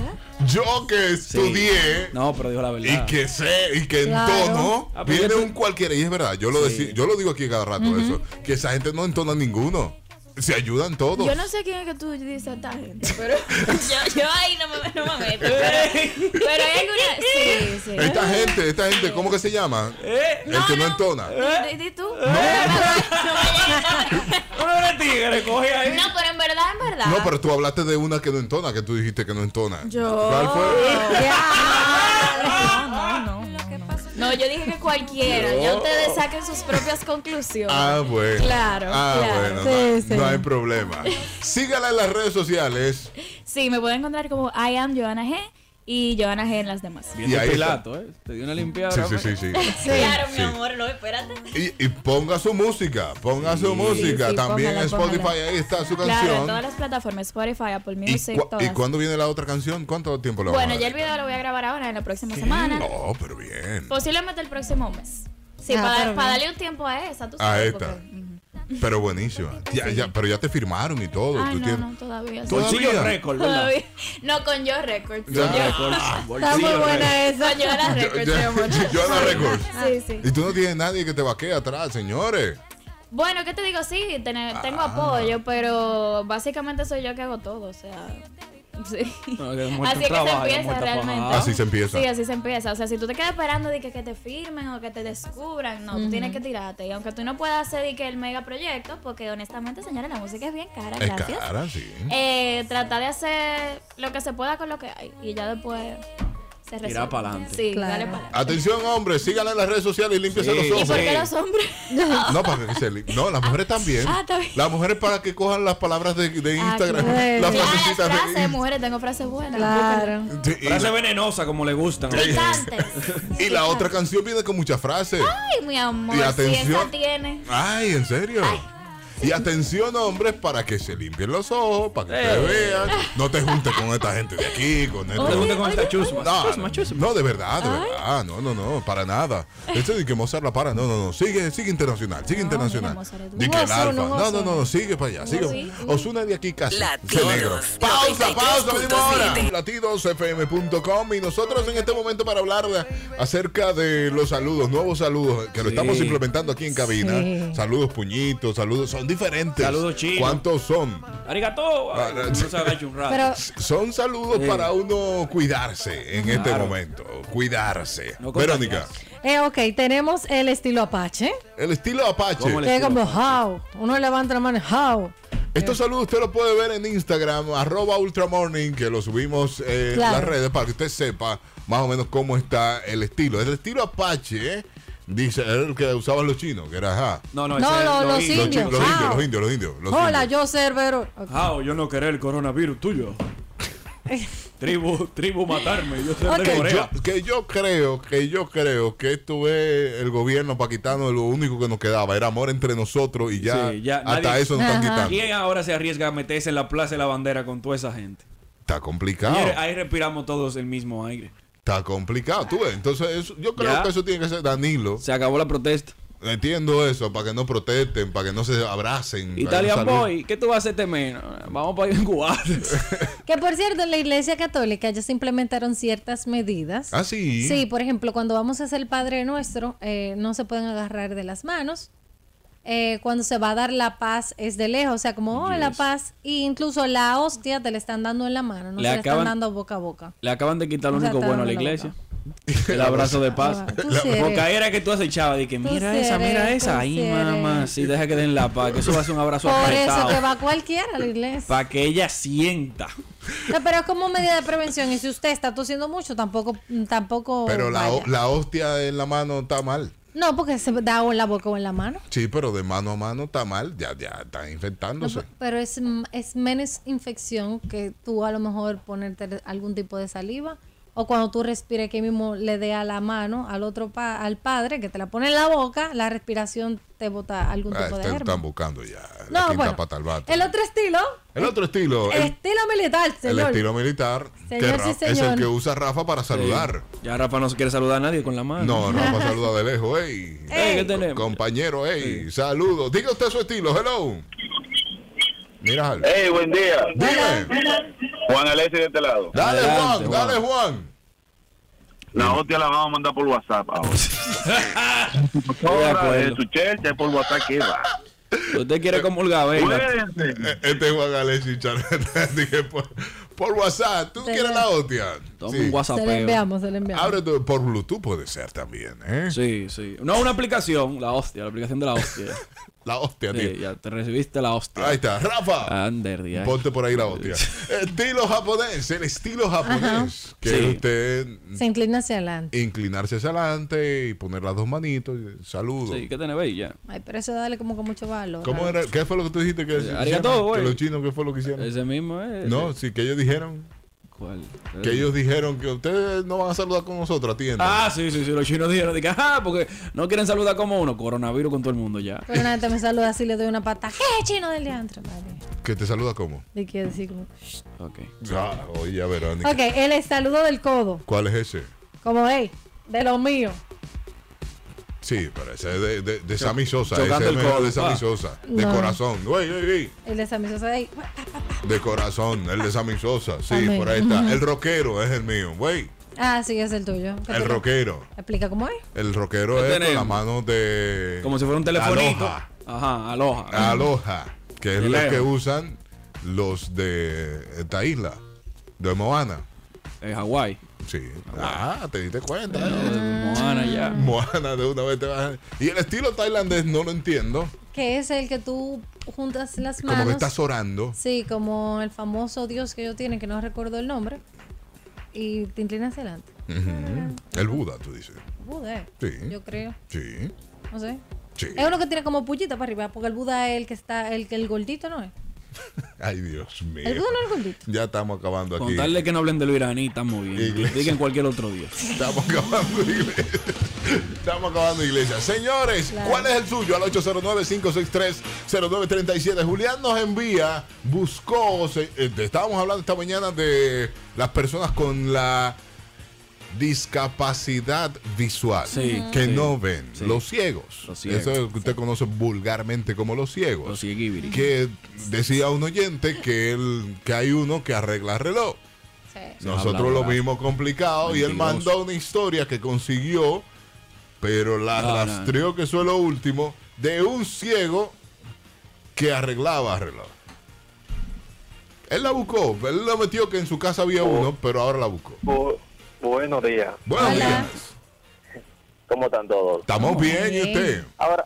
A: Yo que estudié
C: No, pero dijo la
A: y
C: verdad.
A: que sé y que
C: Claro.
A: entono
C: Ah, pues
A: viene
C: yo te-
A: un cualquiera y es verdad yo lo decí- yo lo digo aquí cada rato
S: Ujú.
A: eso que esa gente no entona ninguno se ayudan todos
S: Yo no sé quién es que tú dices a esta gente, <laughs> pero yo, yo ahí no me, no me meto. Pero, pero hay <laughs> alguna. Sí, sí.
A: esta gente esta gente cómo que se llama el que no, entona
S: ¿Y tú? Eh, <laughs> No, no,
C: ahí.
S: No, pero en verdad, en verdad.
A: no pero tú hablaste de una que no entona que tú dijiste que no entona
S: Yo.
A: ¿Cuál fue?
S: Ya. Ah, No, no, no. yo dije que cualquiera. Ya ustedes saquen sus propias conclusiones.
A: Ah, bueno.
S: Claro,
A: Ah,
S: claro.
A: bueno, no, no hay problema. Sígala en las redes sociales.
S: Sí, me pueden encontrar como I am Joana G y Joana G en las demás.
A: Y ahí
C: Pilato, ¿eh? Te dio una limpiada.
A: Sí, sí, sí, sí.
S: Sí, claro, mi amor, no, espérate.
A: Y, y ponga su música, ponga su música.
S: sí,
A: También
S: póngala,
A: en Spotify
S: póngala.
A: ahí está su
S: Claro, en
A: canción.
S: todas las plataformas, Spotify, Apple Music,
A: ¿Cu- ¿Y
S: todas.
A: cuándo viene la otra canción? ¿Cuánto tiempo le vamos
S: Bueno,
A: a
S: ya
A: dar?
S: el video lo voy a grabar ahora en la próxima semana.
A: No, pero bien.
S: Posiblemente el próximo mes. Sí,
B: Ah,
S: para,
B: pero
S: para
B: bien.
S: darle un tiempo a esa, tú
A: A
S: sabes.
A: esta. Pero buenísima. Ya, ya, pero ya te firmaron y todo.
S: Ay,
A: Tú
S: no,
A: tienes-
S: no, todavía.
A: ¿Todavía? Bolsillo Record, ¿verdad?
S: Todavía. <laughs> No, con Yo Records.
A: Ya.
S: Yo-
A: Está muy buena
S: esa. Con Yo la Records, mi
A: Ya-
S: amor.
A: <laughs> yo la record.
S: Sí, sí.
A: Y tú no tienes nadie que te vaquee atrás, señores.
S: Bueno, ¿qué te digo? Sí, ten- tengo apoyo, pero básicamente soy yo que hago todo, o sea... Sí. Así es que se empieza realmente.
A: Así se empieza.
S: Sí, así se empieza. O sea, si tú te quedas esperando de que, que te firmen o que te descubran, no, tú
B: Ujú.
S: tienes que tirarte. Y aunque tú no puedas hacer de que el megaproyecto, porque honestamente, señores, la música es bien cara,
A: Es
S: gracias.
A: cara, sí.
S: Eh, tratar de hacer lo que se pueda con lo que hay y ya después se resuelve.
A: pa'lante.
S: Sí,
A: Claro.
S: dale para
A: Atención, hombres, síganla en las redes sociales y límpiese
S: ¿Y
A: los
S: por
A: ojos.
S: qué los hombres?
A: No, para que se li- No, las mujeres también.
S: Ah, está bien. Ah,
A: Las mujeres para que cojan las palabras de, de Instagram.
S: claro.
A: Las
S: Sí, ah, las
A: frasecitas de
S: frases, mujeres, tengo frases buenas.
B: Claro.
C: Frase venenosa como le gustan.
A: <laughs> Y la otra canción viene con muchas frases.
S: Ay, mi amor,
A: Y
S: si
A: atención.
S: esa tiene.
A: Ay, en serio. Y atención, hombres, para que se limpien los ojos, para que
C: Eh.
A: te vean. No te juntes con esta gente de aquí, con esta.
C: No te juntes con esta chusma.
A: No, no, no, de verdad, de verdad. No, no, no, para nada. Esto de que Mozart la para. No, no, no. Sigue, sigue internacional, sigue internacional. Di que el
Q: Ozuna,
A: alfa. No, no, no,
Q: Ozuna.
A: sigue para allá. Sigue.
Q: Ozuna.
A: Osuna de aquí casi.
Q: Latidos
A: Se negro. Pausa, pausa, venimos ahora. Latidosfm.com y nosotros en este momento para hablar de- acerca de los saludos, nuevos saludos que lo
C: Sí.
A: estamos implementando aquí en cabina.
C: Sí.
A: Saludos puñitos, saludos, son diferentes.
C: Saludos chinos.
A: ¿Cuántos son?
C: Arigato. No se agache un rato.
A: Ah, Son saludos
C: Sí.
A: para uno cuidarse en este
C: Claro.
A: momento, cuidarse.
C: contagiarse.
A: Verónica,
B: Eh, ok, tenemos el estilo Apache.
A: el estilo Apache.
B: Que es como how. Uno levanta la mano, how.
A: Estos saludos usted los puede ver en Instagram, arroba ultramorning, que lo subimos eh, en
B: Claro.
A: las redes para que usted sepa más o menos cómo está el estilo. El estilo Apache, eh, dice, era el que usaban los chinos, que era ajá.
B: no, No, ese- lo- los los indios. indios.
A: Los
B: Jao.
A: indios, los indios, los indios. los
B: Hola, yo Cerbero. Ok.
C: Jao, yo no quería el
B: <laughs>
C: coronavirus tuyo. tribu, tribu matarme. Yo soy de
A: Que
C: Corea.
A: yo, que yo creo, que yo creo que esto es el gobierno para quitarnos lo único que nos quedaba, era amor entre nosotros y ya,
C: Sí, ya
A: hasta
C: nadie-
A: eso nos están quitando.
C: ¿Quién ahora se arriesga a meterse en la plaza de la bandera con toda esa gente?
A: Está complicado.
C: Mire, ahí respiramos todos el mismo aire.
A: Está complicado, tú ves. Entonces, eso- yo creo
C: Ya.
A: que eso tiene que ser Danilo.
C: Se acabó la protesta.
A: Entiendo eso, para que no protesten, para que no se abracen.
C: Italian
A: para que no
C: Boy, ¿qué tú vas a hacer este mes? Vamos para ir en Cuba. <laughs>
B: Que por cierto, en la Iglesia Católica ya se implementaron ciertas medidas.
C: Ah, sí.
B: Sí, por ejemplo, cuando vamos a hacer el Padre Nuestro, eh, no se pueden agarrar de las manos. Eh, cuando se va a dar la paz es de lejos, o sea, como oh, la
C: Yes.
B: paz. Y incluso la hostia te la están dando en la mano, no
C: Le
B: se la
C: acaban-
B: están dando boca a boca.
C: Le acaban de quitar lo
B: O sea,
C: único
B: está
C: bueno a la
B: dando la Ah,
C: iglesia. El abrazo de paz.
B: Tú sí eres.
C: Porque ahí era que tú acechabas. Dije, mira
B: sí
C: esa, mira
B: eres,
C: esa.
B: tú
C: Ahí,
B: sí eres.
C: mamá. Sí, deja que den la paz. Que eso va a ser un abrazo
B: Por eso
C: apretado.
B: que va cualquiera a la iglesia.
C: Para que ella sienta.
B: No, pero es como medida de prevención y si usted está tosiendo mucho, tampoco... mm, tampoco
A: Pero la,
B: Oh, vaya.
A: la hostia en la mano está mal.
B: No, porque se da o en la boca o en la mano.
A: Sí, pero de mano a mano está mal. Ya, ya están infectándose.
B: Pero es, m- es menos infección que tú a lo mejor ponerte re- algún tipo de saliva. O cuando tú respires que mismo le dé a la mano al otro pa- al padre que te la pone en la boca, la respiración te bota algún
A: Ah,
B: tipo de
A: están,
B: germen.
A: están buscando ya la
B: No,
A: quinta
B: bueno.
A: pata al vato.
B: El otro estilo,
A: El otro estilo,
B: el
A: el,
B: estilo militar,
A: el
B: señor.
A: estilo militar, que
B: Señor,
A: Ra-
B: sí,
A: es el
B: señor.
A: que usa Rafa para saludar.
C: Ya Rafa no se quiere saludar a nadie con la
A: No,
C: mano. <laughs>
A: Rafa saluda de lejos, ey.
C: Ey, ¿qué tenemos?
A: Compañero, ey, saludos. Diga usted su estilo, hello. Mira, Jal.
R: Hey, buen día.
A: Dime.
R: Juan Alexis de este lado.
A: Dale, Juan, dale, Juan.
R: La hostia la vamos a mandar por WhatsApp ahora.
C: acuerdo.
R: Ahora de su church es por WhatsApp que va.
C: Usted quiere
R: este,
C: comulgar, venga.
A: Eh, Este es Juan Alexis Charreta. <laughs> Dije, por, por WhatsApp, ¿tú
B: Se
A: quieres
B: le-
A: la hostia?
C: Toma un WhatsApp.
B: Se le enviamos, se le enviamos.
A: Abre tu- por Bluetooth puede ser también, ¿eh?
C: Sí, sí. No, una aplicación. La hostia, la aplicación de la hostia.
A: <laughs> La hostia,
C: Sí,
A: tío.
C: ya te recibiste la hostia.
A: Ahí está, Rafa.
C: Ander, diario.
A: Ponte por ahí la hostia. estilo japonés, el estilo japonés. Que
C: Sí.
A: usted
B: Se inclina hacia adelante.
A: inclinarse hacia adelante y poner las dos manitos. Saludos.
C: Sí, que tenés ahí ya.
B: Ay, pero eso dale como con mucho valor.
A: ¿Cómo era? ¿Qué fue lo que tú dijiste que, hicieron?
C: Eh, arigato, güey.
A: que los chinos qué fue lo que hicieron?
C: Ese Eh. mismo es.
A: No, sí, que ellos dijeron.
C: ¿Cuál?
A: Que ellos dijeron que ustedes no van a saludar con nosotros, atiendan.
C: Ah, sí, sí, sí. Los chinos dijeron, dije, ah, porque no quieren saludar como uno. Coronavirus con todo el mundo ya.
B: Pero nadie me saluda así, le doy una pata. ¿Qué chino del diantre? Vale.
A: Que te saluda como.
B: Le quiero decir como...
C: Ok.
A: Ah, oye, a Verónica.
B: Ok, el saludo del codo.
A: ¿Cuál es ese?
B: Como, hey, de lo mío.
A: Sí, pero ese es de, de, de Sammy Sosa.
C: chocando
A: ese es
C: el
A: mejor
C: codo,
A: de Sammy
C: pa.
A: Sosa. De
B: Ah. No.
A: corazón. Güey, güey, güey.
B: El de Sammy Sosa, hey,
A: De corazón. El de Sammy Sosa. Sí,
B: Amén.
A: por ahí está. El rockero es el mío. Güey,
B: Ah, sí, es el tuyo. ¿Qué
A: el
B: te-
A: rockero.
B: Explica cómo es.
A: El rockero
C: ¿Qué
A: es con
C: tenemos?
A: las manos de.
C: Como si fuera un telefonito.
A: Aloha.
C: Ajá, aloja.
A: Aloha. Ah, Que es
C: De
A: la
C: lejos.
A: que usan los de esta isla. De Moana.
C: En Hawái.
A: Sí. Ah, te diste cuenta.
C: Moana ya.
A: Moana de una vez te vas. Y el estilo tailandés no lo entiendo.
B: Que es el que tú juntas las manos.
A: Como que estás orando.
B: Sí, como el famoso dios que ellos tienen, que no recuerdo el nombre. Y te inclinas hacia adelante.
A: Ujú. El Buda, tú dices.
B: Buda,
A: Sí.
B: yo creo.
A: Sí.
B: No sé.
A: Sí.
B: Es uno que tiene como pullita para arriba, porque el Buda es el que está, el que el gordito no es.
A: Ay, Dios mío.
B: El Buda no es el gordito.
A: Ya estamos acabando aquí.
C: Contarle que no hablen de lo iraní, estamos bien.
A: Iglesia.
C: Digan cualquier otro día.
A: Estamos acabando iglesia. Estamos acabando iglesia. Señores, ¿cuál es el suyo? Al 809-563-0937. Julián nos envía, buscó, se- eh, te estábamos hablando esta mañana de las personas con la discapacidad visual
C: Sí,
A: que
C: sí,
A: no ven
C: sí.
A: los ciegos
C: Los ciegos.
A: eso es lo que usted conoce vulgarmente como los ciegos
C: Los cieguibiri.
A: que decía un oyente que el, que hay uno que arregla el reloj nosotros lo
C: Habladora.
A: vimos complicado y él
C: Mentiroso.
A: mandó una historia que consiguió, pero la
C: Ah, No, no.
A: rastreó, que eso es lo último, de un ciego que arreglaba reloj. Él la buscó, él la metió que en su casa había uno, pero ahora la buscó.
R: Oh. Bu- buenos días.
A: Buenos días.
R: ¿Cómo están todos?
A: Estamos bien, ¿y
R: bien.
A: usted?
R: Ahora,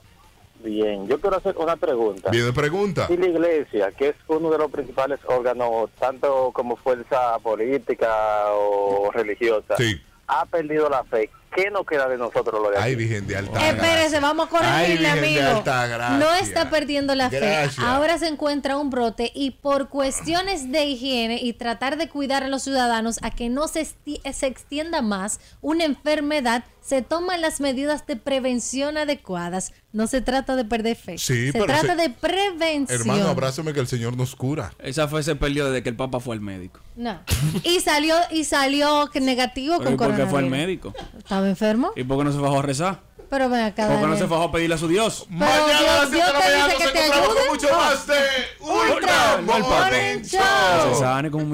R: bien, yo quiero hacer una pregunta.
A: Viene pregunta.
R: Si la iglesia, que es uno de los principales órganos, tanto como fuerza política o religiosa,
A: Sí.
R: ha perdido la fe, ¿qué nos queda de nosotros los de
A: Ay, Virgen de Altagracia.
B: Espérese, vamos a
A: Ay,
B: corregirle,
A: Virgen de
B: amigo.
A: Altagracia.
B: No está perdiendo la
A: Gracias.
B: fe. Ahora se encuentra un brote y por cuestiones de higiene y tratar de cuidar a los ciudadanos a que no se, esti- se extienda más una enfermedad, se toman las medidas de prevención adecuadas. No se trata de perder fe.
A: Sí,
B: se
A: pero
B: trata
A: se-
B: de prevención.
A: Hermano, abrázame que el Señor nos cura.
C: Esa fe se perdió desde que el Papa fue al médico.
B: No. Y salió y salió que negativo
C: Pero ¿y
B: con
C: ¿Por qué fue al
B: coronavirus.
C: médico?
B: Estaba enfermo,
C: ¿Y por qué no se bajó a rezar?
B: pero ven acá.
C: ¿Por qué no
B: Daniel.
C: se bajó a pedirle a su Dios?
B: Pero
A: Mañana a las
B: Dios-
A: 7 de la
B: Dios te
A: mañana
B: dice
A: nos
B: que te
A: encontramos con
B: ayude.
A: mucho más de Ultra
C: Morning
A: Morning
C: Show.
A: Show.
C: Se sane como un